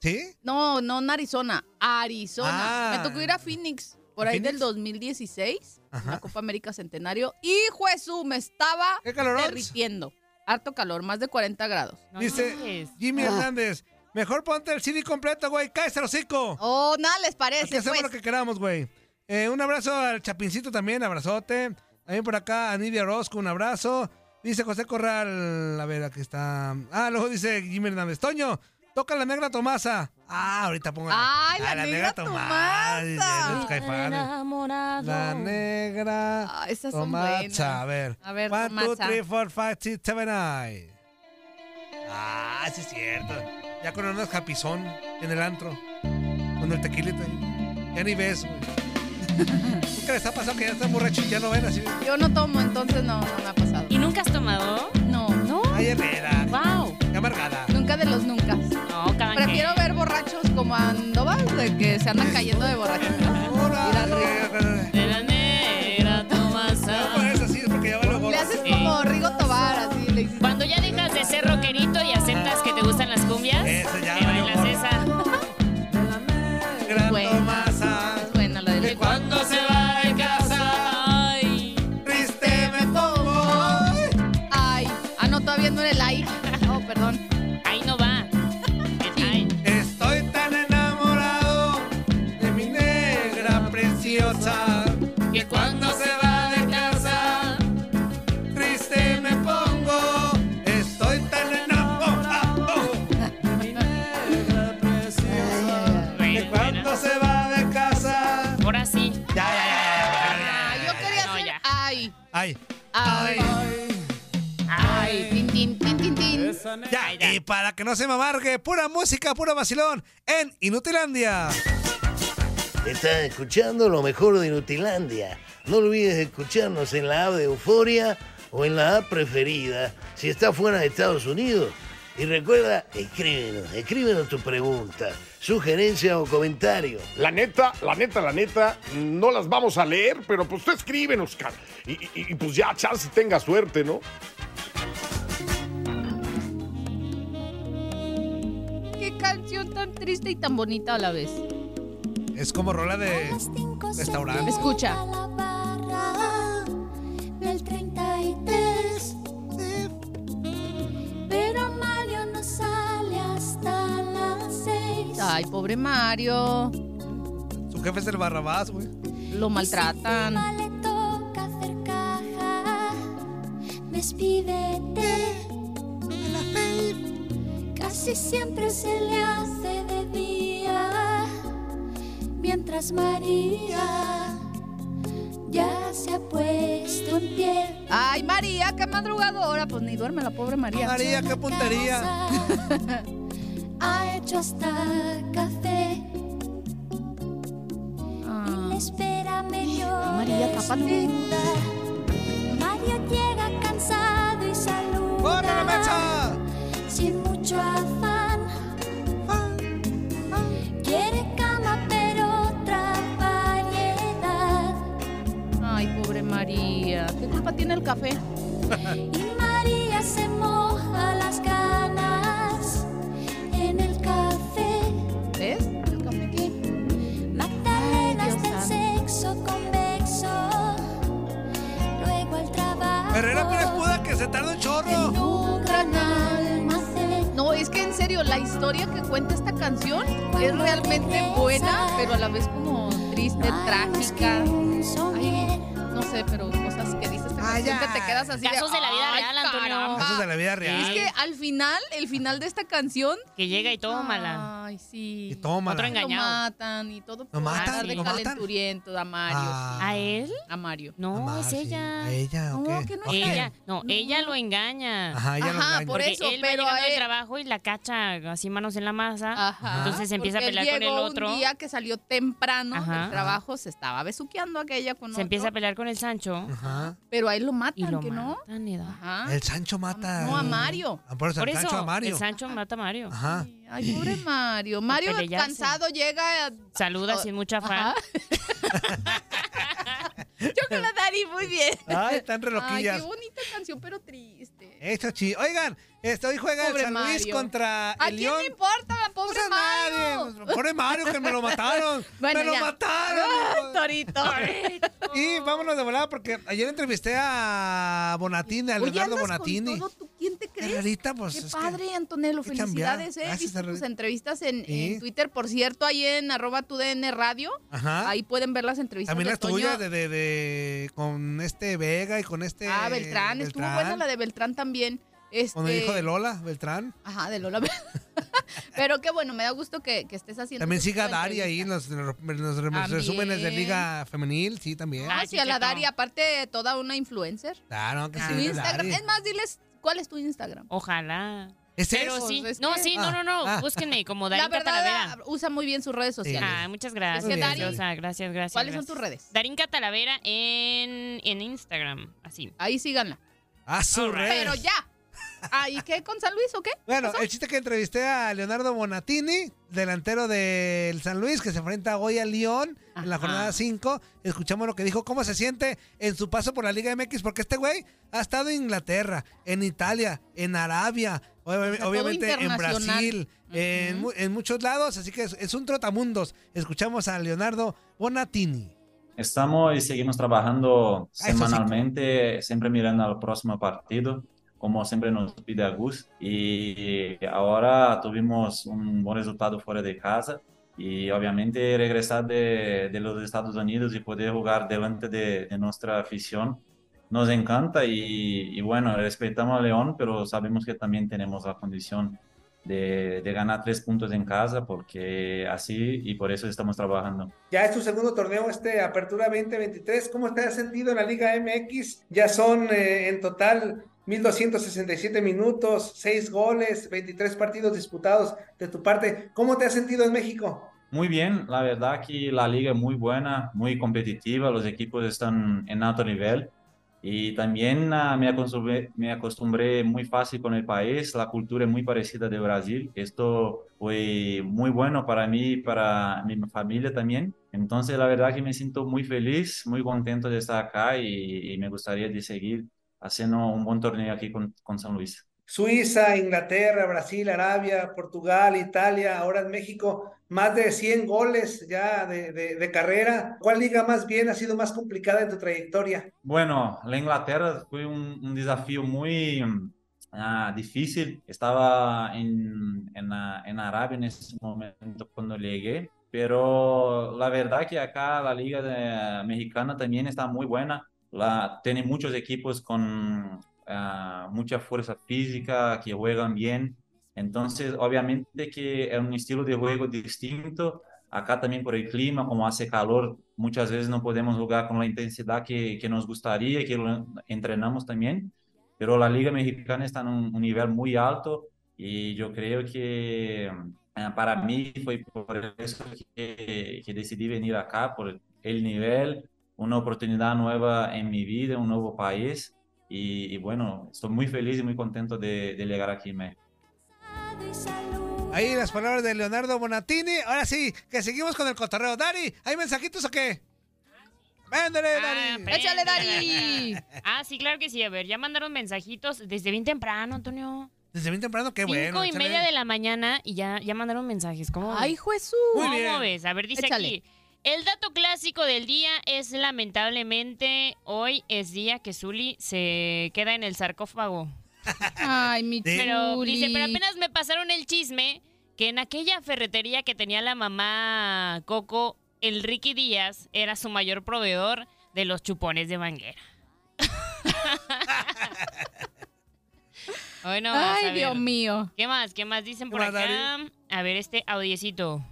[SPEAKER 1] ¿Sí?
[SPEAKER 4] No, no en Arizona, Arizona.
[SPEAKER 1] Ah.
[SPEAKER 4] Me tocó ir a Phoenix por
[SPEAKER 1] ¿A
[SPEAKER 4] ahí
[SPEAKER 1] Phoenix?
[SPEAKER 4] del 2016,
[SPEAKER 1] Ajá.
[SPEAKER 4] la Copa América Centenario. Hijo de su, me estaba
[SPEAKER 1] ¿Qué calorón?
[SPEAKER 4] derritiendo. Harto calor, más de 40 grados.
[SPEAKER 5] No
[SPEAKER 1] Dice-
[SPEAKER 5] manches.
[SPEAKER 1] Jimmy
[SPEAKER 4] Ah.
[SPEAKER 1] Hernández. Mejor ponte el CD completo, güey. Cállate el hocico.
[SPEAKER 4] Oh, nada les
[SPEAKER 1] Aquí
[SPEAKER 4] parece,
[SPEAKER 1] hacemos
[SPEAKER 4] pues.
[SPEAKER 1] lo que queramos, güey. Eh, un abrazo al Chapincito también, abrazote. También por acá a Nidia Orozco, un abrazo. Dice José Corral, a ver, aquí está. Ah, luego dice Jimmy Hernández. Toño, toca la negra Tomasa. Ah, ahorita pongo.
[SPEAKER 4] Ay, la
[SPEAKER 1] Ah,
[SPEAKER 4] Negra Tomasa.
[SPEAKER 1] Ay, de los Caifanes. La negra
[SPEAKER 4] Ah, esas son buenas.
[SPEAKER 1] Tomasa. A ver.
[SPEAKER 4] A ver,
[SPEAKER 1] 1, 2,
[SPEAKER 4] Tomasa.
[SPEAKER 1] 3, 4, 5, 6, 7, 8. Ah, sí es cierto. Ya con unas capizón en el antro. Con el tequilito ahí. Ya ni ves, güey. ¿Qué les ha pasado que ya están borrachos y ya no ven así?
[SPEAKER 4] Yo no tomo, entonces no, no me ha pasado.
[SPEAKER 5] ¿Y nunca has tomado?
[SPEAKER 4] No,
[SPEAKER 5] No.
[SPEAKER 1] Ay, Herrera.
[SPEAKER 5] Wow.
[SPEAKER 1] Qué amargada.
[SPEAKER 4] nunca de los nunca.
[SPEAKER 5] No, cabrón.
[SPEAKER 4] Prefiero ver borrachos como andobas de que se andan cayendo de borrachos.
[SPEAKER 1] Ahora.
[SPEAKER 5] De la negra
[SPEAKER 1] No, por
[SPEAKER 5] Tomasa.
[SPEAKER 1] eso sí, es porque ya va lo
[SPEAKER 4] Le
[SPEAKER 1] borracho.
[SPEAKER 4] haces como Rigo Tobar, así le hiciste.
[SPEAKER 5] Cuando ya dejas de ser rockerito y aceptas que te gustan las cumbias,
[SPEAKER 1] Eso ya
[SPEAKER 5] te
[SPEAKER 1] valió
[SPEAKER 5] bailas
[SPEAKER 1] gorro.
[SPEAKER 5] esa.
[SPEAKER 1] Gran
[SPEAKER 4] Bueno.
[SPEAKER 1] Tomasa.
[SPEAKER 4] Buena la de
[SPEAKER 5] Cuando se va de casa, ay.
[SPEAKER 1] Triste me pongo.
[SPEAKER 4] Ay, ah, no, todavía no era el ay. No, perdón.
[SPEAKER 5] Ahí no va. El ay.
[SPEAKER 1] Estoy tan enamorado de mi negra preciosa
[SPEAKER 5] Que cuando se va de casa,
[SPEAKER 1] triste me pongo. Estoy tan enamorado
[SPEAKER 5] bueno, bueno.
[SPEAKER 1] se va de casa.
[SPEAKER 5] Ahora sí.
[SPEAKER 1] Ya, ya, ya,
[SPEAKER 4] Ah, yo
[SPEAKER 1] ya, ya, ya, ya,
[SPEAKER 4] quería
[SPEAKER 5] no,
[SPEAKER 4] hacer
[SPEAKER 5] ya.
[SPEAKER 4] ay.
[SPEAKER 1] ya. Ay,
[SPEAKER 4] Ay. Ay. Tin, tin, tin, tin, tin.
[SPEAKER 1] ya. Y para que no se me amargue, pura música, puro vacilón en Inutilandia.
[SPEAKER 9] Estás escuchando lo mejor de Inutilandia. No olvides escucharnos en la app de Euforia o en la app preferida si estás fuera de Estados Unidos. Y recuerda, escríbenos, escríbenos tu pregunta, sugerencia o comentario.
[SPEAKER 10] La neta, la neta, la neta, no las vamos a leer, pero pues tú escríbenos, cara. Y, y- y, pues ya, chance tenga suerte, ¿no?
[SPEAKER 4] Qué canción tan triste y tan bonita a la vez.
[SPEAKER 1] Es como rola de restaurante.
[SPEAKER 4] Escucha.
[SPEAKER 11] del 33. Pero Mario no sale hasta las 6.
[SPEAKER 4] Ay, pobre Mario.
[SPEAKER 1] Su jefe es el Barrabás, güey.
[SPEAKER 4] Lo maltratan.
[SPEAKER 11] Le toca hacer caja. Despídete. Casi siempre se le hace de día. Mientras María ya se ha puesto en pie.
[SPEAKER 4] Ay, María, qué madrugadora. Pues ni duerme la pobre María.
[SPEAKER 1] María, qué puntería.
[SPEAKER 11] casa, Ha hecho hasta café.
[SPEAKER 4] Ah.
[SPEAKER 11] Espera medio.
[SPEAKER 4] María, tápalo.
[SPEAKER 11] Mario llega cansado y saluda.
[SPEAKER 1] ¡Corre la mecha!
[SPEAKER 11] Sin mucho afán. Quiere cama, pero otra variedad.
[SPEAKER 4] Ay, pobre María. ¿Qué culpa tiene el café?
[SPEAKER 11] Y María se moja las ganas en el café.
[SPEAKER 4] ¿Ves? El café que.
[SPEAKER 11] Magdalenas
[SPEAKER 4] Ay, Dios
[SPEAKER 11] del sexo convexo, luego al trabajo.
[SPEAKER 1] Herrera Pérez Puda que se tarda un chorro.
[SPEAKER 11] En un gran almacén.
[SPEAKER 4] No, es que en serio, serio, la historia que cuenta esta canción es realmente buena, pero a la vez como triste, trágica. Ay, no sé, pero cosas que dices esta
[SPEAKER 1] Ay,
[SPEAKER 4] canción
[SPEAKER 1] Ah, ya.
[SPEAKER 4] que te quedas así.
[SPEAKER 5] Casos de la vida
[SPEAKER 4] "Ay,
[SPEAKER 5] real, Antonio".
[SPEAKER 4] caramba".
[SPEAKER 1] Casos de la vida real.
[SPEAKER 4] Es que al final, el final de esta canción.
[SPEAKER 5] Que llega y tómala.
[SPEAKER 4] Ay, sí.
[SPEAKER 1] Y tómala. Otro
[SPEAKER 4] Lo
[SPEAKER 5] engañado.
[SPEAKER 4] matan y todo. por
[SPEAKER 1] matan?
[SPEAKER 4] andar de
[SPEAKER 1] ¿Lo matan?
[SPEAKER 4] calenturiento a Mario.
[SPEAKER 1] Ah.
[SPEAKER 5] ¿A él?
[SPEAKER 4] sí, A Mario.
[SPEAKER 5] No,
[SPEAKER 1] Ah,
[SPEAKER 5] es
[SPEAKER 1] sí.
[SPEAKER 5] ella.
[SPEAKER 1] ¿A ella o qué?
[SPEAKER 4] que no
[SPEAKER 1] ¿O quién?
[SPEAKER 5] Ella, no, ella lo engaña.
[SPEAKER 1] Ajá, ella lo
[SPEAKER 4] Ajá,
[SPEAKER 1] engaña.
[SPEAKER 4] por
[SPEAKER 5] Porque
[SPEAKER 4] eso,
[SPEAKER 5] él va
[SPEAKER 4] pero
[SPEAKER 5] llegando
[SPEAKER 4] a
[SPEAKER 5] del
[SPEAKER 4] él-
[SPEAKER 5] trabajo y la cacha así manos en la masa.
[SPEAKER 4] Ajá.
[SPEAKER 5] Entonces se empieza a
[SPEAKER 4] Porque él
[SPEAKER 5] pelear con el
[SPEAKER 4] llegó
[SPEAKER 5] otro.
[SPEAKER 4] Un día que salió temprano
[SPEAKER 5] Ajá.
[SPEAKER 4] del trabajo, se estaba besuqueando aquella con
[SPEAKER 5] Se empieza a
[SPEAKER 4] otro,
[SPEAKER 5] pelear con el Sancho
[SPEAKER 1] Ajá.
[SPEAKER 4] pero a él lo
[SPEAKER 5] y
[SPEAKER 4] matan,
[SPEAKER 5] lo
[SPEAKER 4] ¿que no?
[SPEAKER 5] matan, ¿no?
[SPEAKER 4] Ajá.
[SPEAKER 1] El Sancho mata.
[SPEAKER 4] No, a
[SPEAKER 1] al-
[SPEAKER 4] Mario.
[SPEAKER 1] Ah, Por eso,
[SPEAKER 5] Por
[SPEAKER 1] el
[SPEAKER 5] eso,
[SPEAKER 1] Sancho a Mario.
[SPEAKER 5] el Sancho mata a Mario.
[SPEAKER 1] Ajá.
[SPEAKER 4] Ay, pobre Mario. Mario
[SPEAKER 5] pelearse.
[SPEAKER 4] cansado llega. a-
[SPEAKER 5] Saluda
[SPEAKER 4] Oh,
[SPEAKER 5] sin mucha
[SPEAKER 4] Ajá.
[SPEAKER 5] afán.
[SPEAKER 4] Chocolatari, muy bien.
[SPEAKER 1] Ay, tan
[SPEAKER 4] Ay,
[SPEAKER 1] reloquillas.
[SPEAKER 4] qué bonita canción, pero triste.
[SPEAKER 1] Eso sí. Oigan, este, hoy juega
[SPEAKER 4] Pobre
[SPEAKER 1] el San Luis
[SPEAKER 4] Mario.
[SPEAKER 1] contra
[SPEAKER 4] ¿A
[SPEAKER 1] Ah, el
[SPEAKER 4] quién
[SPEAKER 1] León.
[SPEAKER 4] le importa, pobre
[SPEAKER 1] Pues a
[SPEAKER 4] Mario?
[SPEAKER 1] nadie. Pobre Mario, que me lo mataron.
[SPEAKER 4] Bueno,
[SPEAKER 1] me lo
[SPEAKER 4] ya.
[SPEAKER 1] mataron.
[SPEAKER 4] Ay, Torito.
[SPEAKER 1] Y vámonos de volada porque ayer entrevisté a Bonatini, a
[SPEAKER 4] Oye,
[SPEAKER 1] Leonardo
[SPEAKER 4] andas con
[SPEAKER 1] Bonatini.
[SPEAKER 4] todo, ¿tú ¿Quién te crees?
[SPEAKER 1] Ahorita, pues.
[SPEAKER 4] Qué
[SPEAKER 1] es que-
[SPEAKER 4] padre, Antonelo.
[SPEAKER 1] que chambear.
[SPEAKER 4] Felicidades, ¿eh?
[SPEAKER 1] Gracias,
[SPEAKER 4] Viste tus
[SPEAKER 1] Arlene.
[SPEAKER 4] entrevistas en,
[SPEAKER 1] Sí.
[SPEAKER 4] en Twitter, por cierto, ahí en arroba tu DN Radio.
[SPEAKER 1] Ajá.
[SPEAKER 4] Ahí pueden ver las entrevistas
[SPEAKER 1] También
[SPEAKER 4] de
[SPEAKER 1] las
[SPEAKER 4] Toño.
[SPEAKER 1] tuyas de, de, de- con este Vega y con este.
[SPEAKER 4] Ah, Beltrán. Estuvo buena la de Beltrán también. Este...
[SPEAKER 1] Con el hijo de Lola, Beltrán.
[SPEAKER 4] Ajá, de Lola. Pero qué bueno, me da gusto que, que estés haciendo.
[SPEAKER 1] También
[SPEAKER 4] ese tipo
[SPEAKER 1] siga
[SPEAKER 4] de
[SPEAKER 1] Dari ahí en
[SPEAKER 4] entrevistas.
[SPEAKER 1] los, en los re-
[SPEAKER 4] También.
[SPEAKER 1] resúmenes de Liga Femenil, sí, también.
[SPEAKER 4] Ah,
[SPEAKER 5] Ay,
[SPEAKER 4] sí, a la
[SPEAKER 5] chiquito.
[SPEAKER 4] Dari, aparte toda una influencer.
[SPEAKER 1] Claro, que
[SPEAKER 4] Su
[SPEAKER 1] sí.
[SPEAKER 4] Instagram.
[SPEAKER 1] Dari.
[SPEAKER 4] Es más, diles, ¿cuál es tu Instagram?
[SPEAKER 5] Ojalá.
[SPEAKER 1] ¿Es
[SPEAKER 5] Pero
[SPEAKER 1] eso?
[SPEAKER 5] sí.
[SPEAKER 4] es
[SPEAKER 5] No,
[SPEAKER 4] que-
[SPEAKER 5] sí,
[SPEAKER 1] Ah,
[SPEAKER 5] no, no,
[SPEAKER 1] ah.
[SPEAKER 5] no. Búsquenme como Darín
[SPEAKER 4] la verdad,
[SPEAKER 5] Catalavera.
[SPEAKER 4] usa muy bien sus redes sociales.
[SPEAKER 5] Ah, muchas gracias.
[SPEAKER 1] Es que Darín-
[SPEAKER 5] preciosa, gracias, gracias.
[SPEAKER 4] ¿Cuáles son
[SPEAKER 5] gracias.
[SPEAKER 4] tus redes?
[SPEAKER 5] Darín Catalavera en, en Instagram. Así.
[SPEAKER 4] Ahí síganla.
[SPEAKER 1] A Ah, su red.
[SPEAKER 5] Alright.
[SPEAKER 4] Pero ya. Ah, ¿y qué con San Luis o qué?
[SPEAKER 1] Bueno, el chiste que entrevisté a Leonardo Bonatini, delantero del San Luis, que se enfrenta hoy al León en la
[SPEAKER 5] Ajá.
[SPEAKER 1] jornada 5. Escuchamos lo que dijo, cómo se siente en su paso por la Liga MX, porque este güey ha estado en Inglaterra, en Italia, en Arabia, obvi-
[SPEAKER 4] sea, todo
[SPEAKER 1] obviamente en
[SPEAKER 4] internacional.
[SPEAKER 1] Brasil, en,
[SPEAKER 4] Ujú.
[SPEAKER 1] mu- en muchos lados. Así que es, es un trotamundos. Escuchamos a Leonardo Bonatini.
[SPEAKER 12] Estamos y seguimos trabajando
[SPEAKER 1] Ah, eso sí.
[SPEAKER 12] semanalmente, siempre mirando al próximo partido, como siempre nos pide Agus. Y ahora tuvimos un buen resultado fuera de casa y obviamente regresar de, de los Estados Unidos y poder jugar delante de, de nuestra afición nos encanta y, y bueno, respetamos a León, pero sabemos que también tenemos la condición de, de ganar tres puntos en casa porque así y por eso estamos trabajando.
[SPEAKER 13] Ya es tu segundo torneo, este Apertura 2023. ¿Cómo te has sentido en la Liga MX? Ya son eh, en total 1.267 minutos, 6 goles, 23 partidos disputados de tu parte. ¿Cómo te has sentido en México?
[SPEAKER 12] Muy bien, la verdad que la liga es muy buena, muy competitiva, los equipos están en alto nivel y también ah, me acostumbré, me acostumbré muy fácil con el país, la cultura es muy parecida de Brasil, esto fue muy bueno para mí y para mi familia también, entonces la verdad que me siento muy feliz, muy contento de estar acá y, y me gustaría de seguir haciendo un buen torneo aquí con, con San Luis.
[SPEAKER 13] Suiza, Inglaterra, Brasil, Arabia, Portugal, Italia, ahora en México, más de 100 goles ya de, de- de carrera. ¿Cuál liga más bien ha sido más complicada en tu trayectoria?
[SPEAKER 12] Bueno, la Inglaterra fue un, un desafío muy mm, ah, difícil. Estaba en, en, la- en Arabia en ese momento cuando llegué, pero la verdad que acá la liga de- mexicana también está muy buena. La, tiene muchos equipos con ah, mucha fuerza física que juegan bien. Entonces, obviamente que es un estilo de juego distinto. Acá también por el clima, como hace calor, muchas veces no podemos jugar con la intensidad que, que nos gustaría, que lo entrenamos también. Pero la Liga Mexicana está en un, un nivel muy alto y yo creo que eh, para mí fue por eso que, que decidí venir acá, por el nivel, una oportunidad nueva en mi vida, un nuevo país. Y, y bueno, estoy muy feliz y muy contento de, de llegar aquí en México.
[SPEAKER 1] Ahí las palabras de Leonardo Bonatini. Ahora sí, que seguimos con el cotorreo. Dari, ¿hay mensajitos o qué? Véndele,
[SPEAKER 5] Ah,
[SPEAKER 1] Dari.
[SPEAKER 5] aprende.
[SPEAKER 4] Échale, Dari.
[SPEAKER 5] Ah, sí, claro que sí. A ver, ya mandaron mensajitos desde bien temprano, Antonio.
[SPEAKER 1] Desde bien temprano, qué bueno.
[SPEAKER 5] Cinco y
[SPEAKER 1] échale.
[SPEAKER 5] media de la mañana y ya, ya mandaron mensajes. ¿Cómo ves?
[SPEAKER 4] Ay, Jesús.
[SPEAKER 1] Muy
[SPEAKER 5] ¿Cómo
[SPEAKER 1] bien.
[SPEAKER 5] ves? A ver, dice
[SPEAKER 4] Échale.
[SPEAKER 5] aquí. El dato clásico del día es lamentablemente hoy es día que Zully se queda en el sarcófago.
[SPEAKER 4] Ay, mi
[SPEAKER 5] Pero
[SPEAKER 4] chuli.
[SPEAKER 5] dice, pero apenas me pasaron el chisme que en aquella ferretería que tenía la mamá Coco, el Ricky Díaz era su mayor proveedor de los chupones de manguera. Hoy no vas a
[SPEAKER 4] Ay, Dios
[SPEAKER 5] ver.
[SPEAKER 4] mío.
[SPEAKER 5] ¿Qué más? ¿Qué más dicen por
[SPEAKER 4] ¿Qué más,
[SPEAKER 5] acá? A ver este audiecito.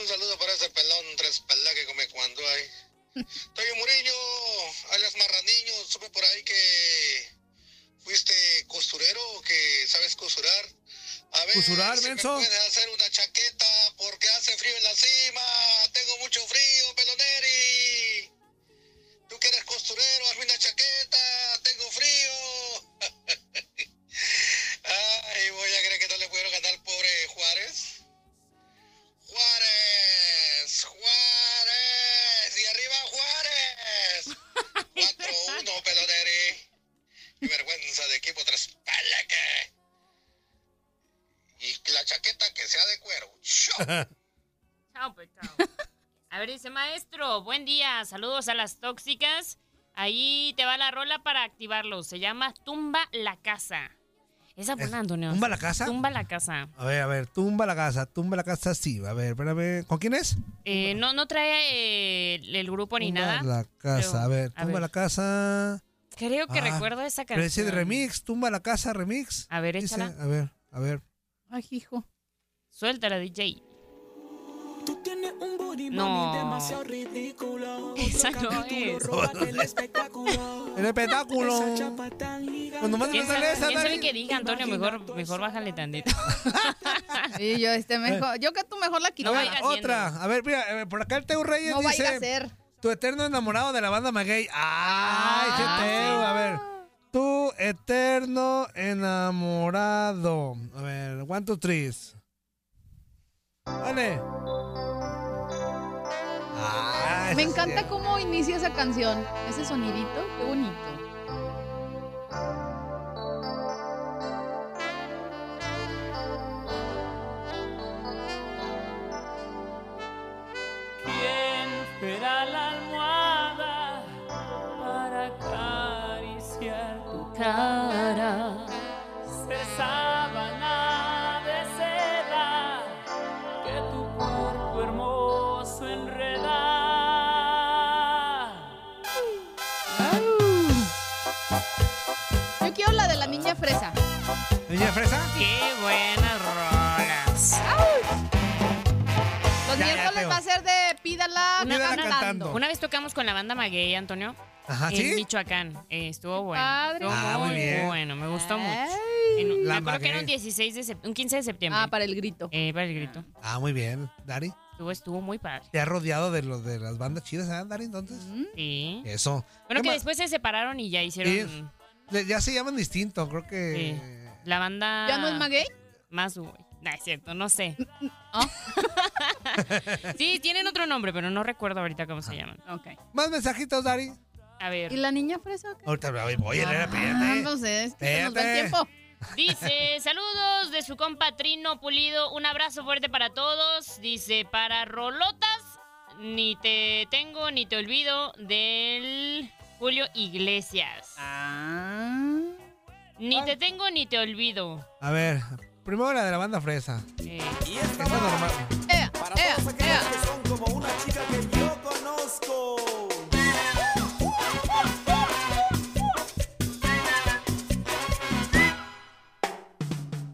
[SPEAKER 14] Un saludo para ese pelón tres pelá que come cuando hay. Toyo Murillo, alias Marraniño, supe por ahí que fuiste costurero, que sabes costurar. A ver,
[SPEAKER 1] ¿Costurar,
[SPEAKER 14] si me
[SPEAKER 1] menso?
[SPEAKER 14] puedes hacer una chaqueta porque hace frío en la cima. Tengo mucho frío, peloneri. Tú que eres costurero, hazme una chaqueta. Tengo frío. Ay, voy a creer que no le pudieron ganar al pobre Juárez. Juárez, Juárez, y arriba Juárez. 4-1, peloneri. Qué vergüenza de equipo tres palaque. Y la chaqueta que sea de cuero.
[SPEAKER 5] Chao, pues, chao. A ver, dice maestro, buen día, saludos a las tóxicas. Ahí te va la rola para activarlo. Se llama Tumba la Casa. Esa fue la Antonio.
[SPEAKER 1] ¿Tumba la casa?
[SPEAKER 5] Tumba la Casa.
[SPEAKER 1] A ver, a ver, tumba la casa, tumba la casa, sí. A ver, espérame. ¿Con quién es?
[SPEAKER 5] Eh, no, no trae eh, el, el grupo ni
[SPEAKER 1] Tumba
[SPEAKER 5] nada.
[SPEAKER 1] la casa,
[SPEAKER 5] Pero,
[SPEAKER 1] a ver,
[SPEAKER 5] a
[SPEAKER 1] tumba
[SPEAKER 5] ver.
[SPEAKER 1] la casa.
[SPEAKER 5] Creo que
[SPEAKER 1] Ah,
[SPEAKER 5] recuerdo esa
[SPEAKER 1] Pero ese
[SPEAKER 5] canción.
[SPEAKER 1] de remix, tumba la casa, remix.
[SPEAKER 5] A ver,
[SPEAKER 1] Dice,
[SPEAKER 5] échala.
[SPEAKER 1] a ver, a ver.
[SPEAKER 4] Ay, hijo.
[SPEAKER 5] Suéltala, DJ.
[SPEAKER 3] No.
[SPEAKER 5] demasiado
[SPEAKER 3] Esa no es.
[SPEAKER 1] El espectáculo. Cuando más me
[SPEAKER 5] ¿Quién
[SPEAKER 1] sale
[SPEAKER 5] sabe,
[SPEAKER 1] esa,
[SPEAKER 5] quién sabe
[SPEAKER 1] Dari.
[SPEAKER 5] qué diga, Antonio? Mejor, mejor bájale tantito.
[SPEAKER 4] Sí, yo, este mejor. Yo que tú mejor la
[SPEAKER 1] A
[SPEAKER 4] quitaba.
[SPEAKER 1] ver, otra. A ver, mira, eh, por acá el Teu Reyes
[SPEAKER 4] No
[SPEAKER 1] dice.
[SPEAKER 4] vaya a ser.
[SPEAKER 1] Tu eterno enamorado de la banda Maguey. ¡Ay,
[SPEAKER 5] Ah,
[SPEAKER 1] qué teo! A ver. Tu eterno enamorado. A ver, one, two, three. Dale. Ah,
[SPEAKER 4] Me
[SPEAKER 1] esa sí
[SPEAKER 4] encanta cómo inicia esa canción. Ese sonidito, qué bonito.
[SPEAKER 3] ¿Quién será la almohada para acariciar tu cara? Ser sábana de seda que tu cuerpo hermoso enreda.
[SPEAKER 4] Yo quiero la de la niña fresa.
[SPEAKER 1] es. ¿Niña fresa?
[SPEAKER 5] ¡Qué buenas rolas!
[SPEAKER 4] Los
[SPEAKER 5] Ya, ya,
[SPEAKER 4] miércoles
[SPEAKER 5] Teo.
[SPEAKER 4] va a ser de pídala,
[SPEAKER 5] Una,
[SPEAKER 4] cantando.
[SPEAKER 5] una- una vez tocamos con la banda Maguey, Antonio.
[SPEAKER 1] Ajá,
[SPEAKER 5] en
[SPEAKER 1] ¿sí?
[SPEAKER 5] Michoacán. Eh, estuvo bueno.
[SPEAKER 4] padre.
[SPEAKER 5] Estuvo
[SPEAKER 1] Ah, muy bien.
[SPEAKER 5] bueno, me
[SPEAKER 4] Eh,
[SPEAKER 5] gustó mucho. En un- me acuerdo que era un, 16 de sep- un 15 de septiembre.
[SPEAKER 4] Ah, para el grito.
[SPEAKER 5] Eh, para el grito.
[SPEAKER 1] Ah, muy bien, Dari.
[SPEAKER 5] Estuvo, estuvo muy padre.
[SPEAKER 1] Te has rodeado de los de las bandas chidas, ¿ah, Dari? Entonces.
[SPEAKER 5] Sí.
[SPEAKER 1] Eso. ¿Qué
[SPEAKER 5] Bueno, que
[SPEAKER 1] más?
[SPEAKER 5] después se separaron y ya hicieron
[SPEAKER 1] Sí. Le- Ya se llaman distinto, creo que.
[SPEAKER 5] la banda.
[SPEAKER 4] ¿Ya no es Mm, Maguey?
[SPEAKER 5] Más güey. No, es cierto, no sé. ¿Oh? sí, tienen otro nombre, pero no recuerdo ahorita cómo se llaman.
[SPEAKER 1] Más mensajitos, Dari.
[SPEAKER 5] A ver.
[SPEAKER 4] ¿Y la niña fresa? o qué?
[SPEAKER 1] Ahorita voy a leer, ¿eh?
[SPEAKER 4] Ah,
[SPEAKER 1] espérate.
[SPEAKER 4] no sé, es que se nos va el
[SPEAKER 1] Espérate.
[SPEAKER 4] tiempo.
[SPEAKER 5] Dice, saludos de su compatrino Pulido, un abrazo fuerte para todos. Dice, para Rolotas, ni te tengo ni te olvido del Julio Iglesias.
[SPEAKER 4] Ah.
[SPEAKER 5] Ni te tengo ni te olvido.
[SPEAKER 1] A ver, primero la de la banda fresa.
[SPEAKER 5] Eh,
[SPEAKER 1] Esa es normal.
[SPEAKER 4] Ea, ea, ea.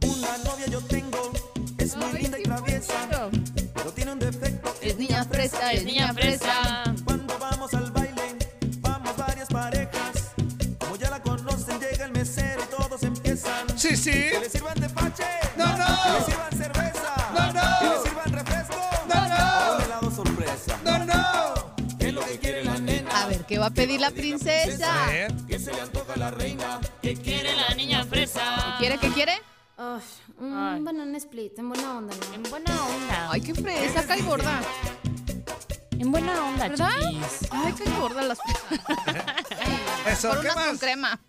[SPEAKER 3] Una novia yo tengo, es muy linda y traviesa. Pero tiene un defecto,
[SPEAKER 4] Es niña fresa, es niña fresa.
[SPEAKER 3] Cuando vamos al baile, vamos varias parejas. Como ya la conocen, llega el mesero y todos empiezan.
[SPEAKER 1] Sí, sí.
[SPEAKER 3] Que le sirvan de pache.
[SPEAKER 1] No, no.
[SPEAKER 3] Que le sirvan cerveza.
[SPEAKER 1] No, no.
[SPEAKER 3] Que le sirvan refresco.
[SPEAKER 1] No, no.
[SPEAKER 3] O un helado sorpresa.
[SPEAKER 1] No, no.
[SPEAKER 3] ¿Qué es lo que quiere la nena?
[SPEAKER 4] A ver, ¿qué va a pedir la princesa?
[SPEAKER 3] ¿Qué se le antoja a la reina? ¿Qué
[SPEAKER 5] quiere la niña fresa?
[SPEAKER 4] ¿Quiere qué quiere?
[SPEAKER 15] Un banana split, en buena onda, ¿no?
[SPEAKER 5] En buena onda.
[SPEAKER 4] Ay, qué fresa, cae gorda.
[SPEAKER 5] En buena onda,
[SPEAKER 4] ¿Verdad?
[SPEAKER 5] chiquis.
[SPEAKER 4] Ay, qué gorda las
[SPEAKER 1] Eso,
[SPEAKER 4] Con
[SPEAKER 1] ¿qué
[SPEAKER 4] unas con
[SPEAKER 1] más?
[SPEAKER 4] crema.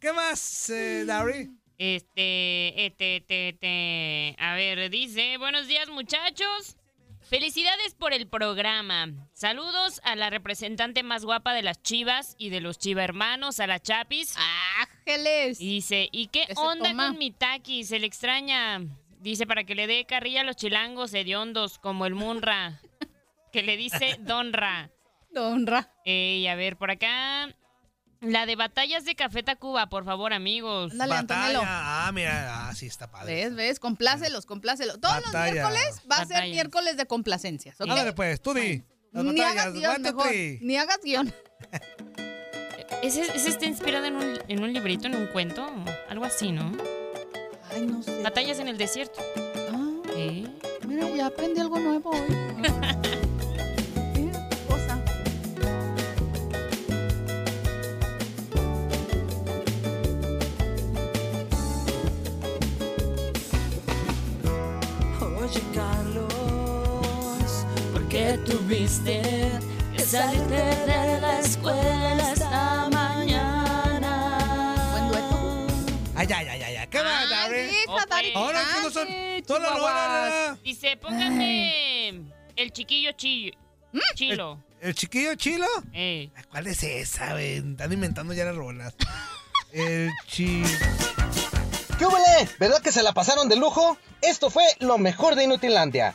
[SPEAKER 1] ¿Qué más, eh, Larry?
[SPEAKER 5] Este, este, este, este. A ver, dice, buenos días muchachos. Felicidades por el programa. Saludos a la representante más guapa de las Chivas y de los Chiva hermanos, a la Chapis.
[SPEAKER 4] Ángeles.
[SPEAKER 5] Dice, ¿y qué
[SPEAKER 4] ¿Qué se
[SPEAKER 5] onda
[SPEAKER 4] toma?
[SPEAKER 5] con mi taqui? Se le extraña. Dice, para que le dé carrilla a los chilangos hediondos, como el Munra, que le dice Donra.
[SPEAKER 4] Donra.
[SPEAKER 5] Ey, a ver, por acá. La de batallas de Café Tacuba, por favor, amigos.
[SPEAKER 1] Batalla. Ah, mira, ah, sí está padre.
[SPEAKER 4] ¿Ves? ¿Ves? Complácelos, complácelos. Todos
[SPEAKER 1] Batalla.
[SPEAKER 4] los miércoles va a ser
[SPEAKER 1] Batallas.
[SPEAKER 4] miércoles de complacencias. ¿ok?
[SPEAKER 1] Ándale, pues, tú di. Las
[SPEAKER 4] Ni hagas
[SPEAKER 1] batallas,
[SPEAKER 4] guión,
[SPEAKER 1] guante
[SPEAKER 4] mejor.
[SPEAKER 1] tri.
[SPEAKER 4] Ni hagas guión.
[SPEAKER 5] ¿Ese, ese está inspirado en un, en un librito, en un cuento? Algo así, ¿no?
[SPEAKER 4] Ay, no sé.
[SPEAKER 5] Batallas en el desierto. Ey.
[SPEAKER 4] Mira, ya aprendí algo nuevo hoy. Qué cosa.
[SPEAKER 8] Oye Carlos, ¿por qué tuviste que salirte de la escuela esta mañana? Buen dueto.
[SPEAKER 1] Ay, ay, ay, ay, ay.
[SPEAKER 4] Ah,
[SPEAKER 1] ¿Qué más, Larry?
[SPEAKER 5] Oh, pues.
[SPEAKER 1] Ahora, ¿qué no son? Todas las rolas.
[SPEAKER 5] Dice, póngame el chiquillo chillo. Chilo.
[SPEAKER 1] ¿El chiquillo chilo?
[SPEAKER 5] Ey.
[SPEAKER 1] ¿Cuál es esa, güey? Están inventando ya las rolas. El chi...
[SPEAKER 16] ¿Qué hubole? ¿Verdad que se la pasaron de lujo? Esto fue lo mejor de Inutilandia.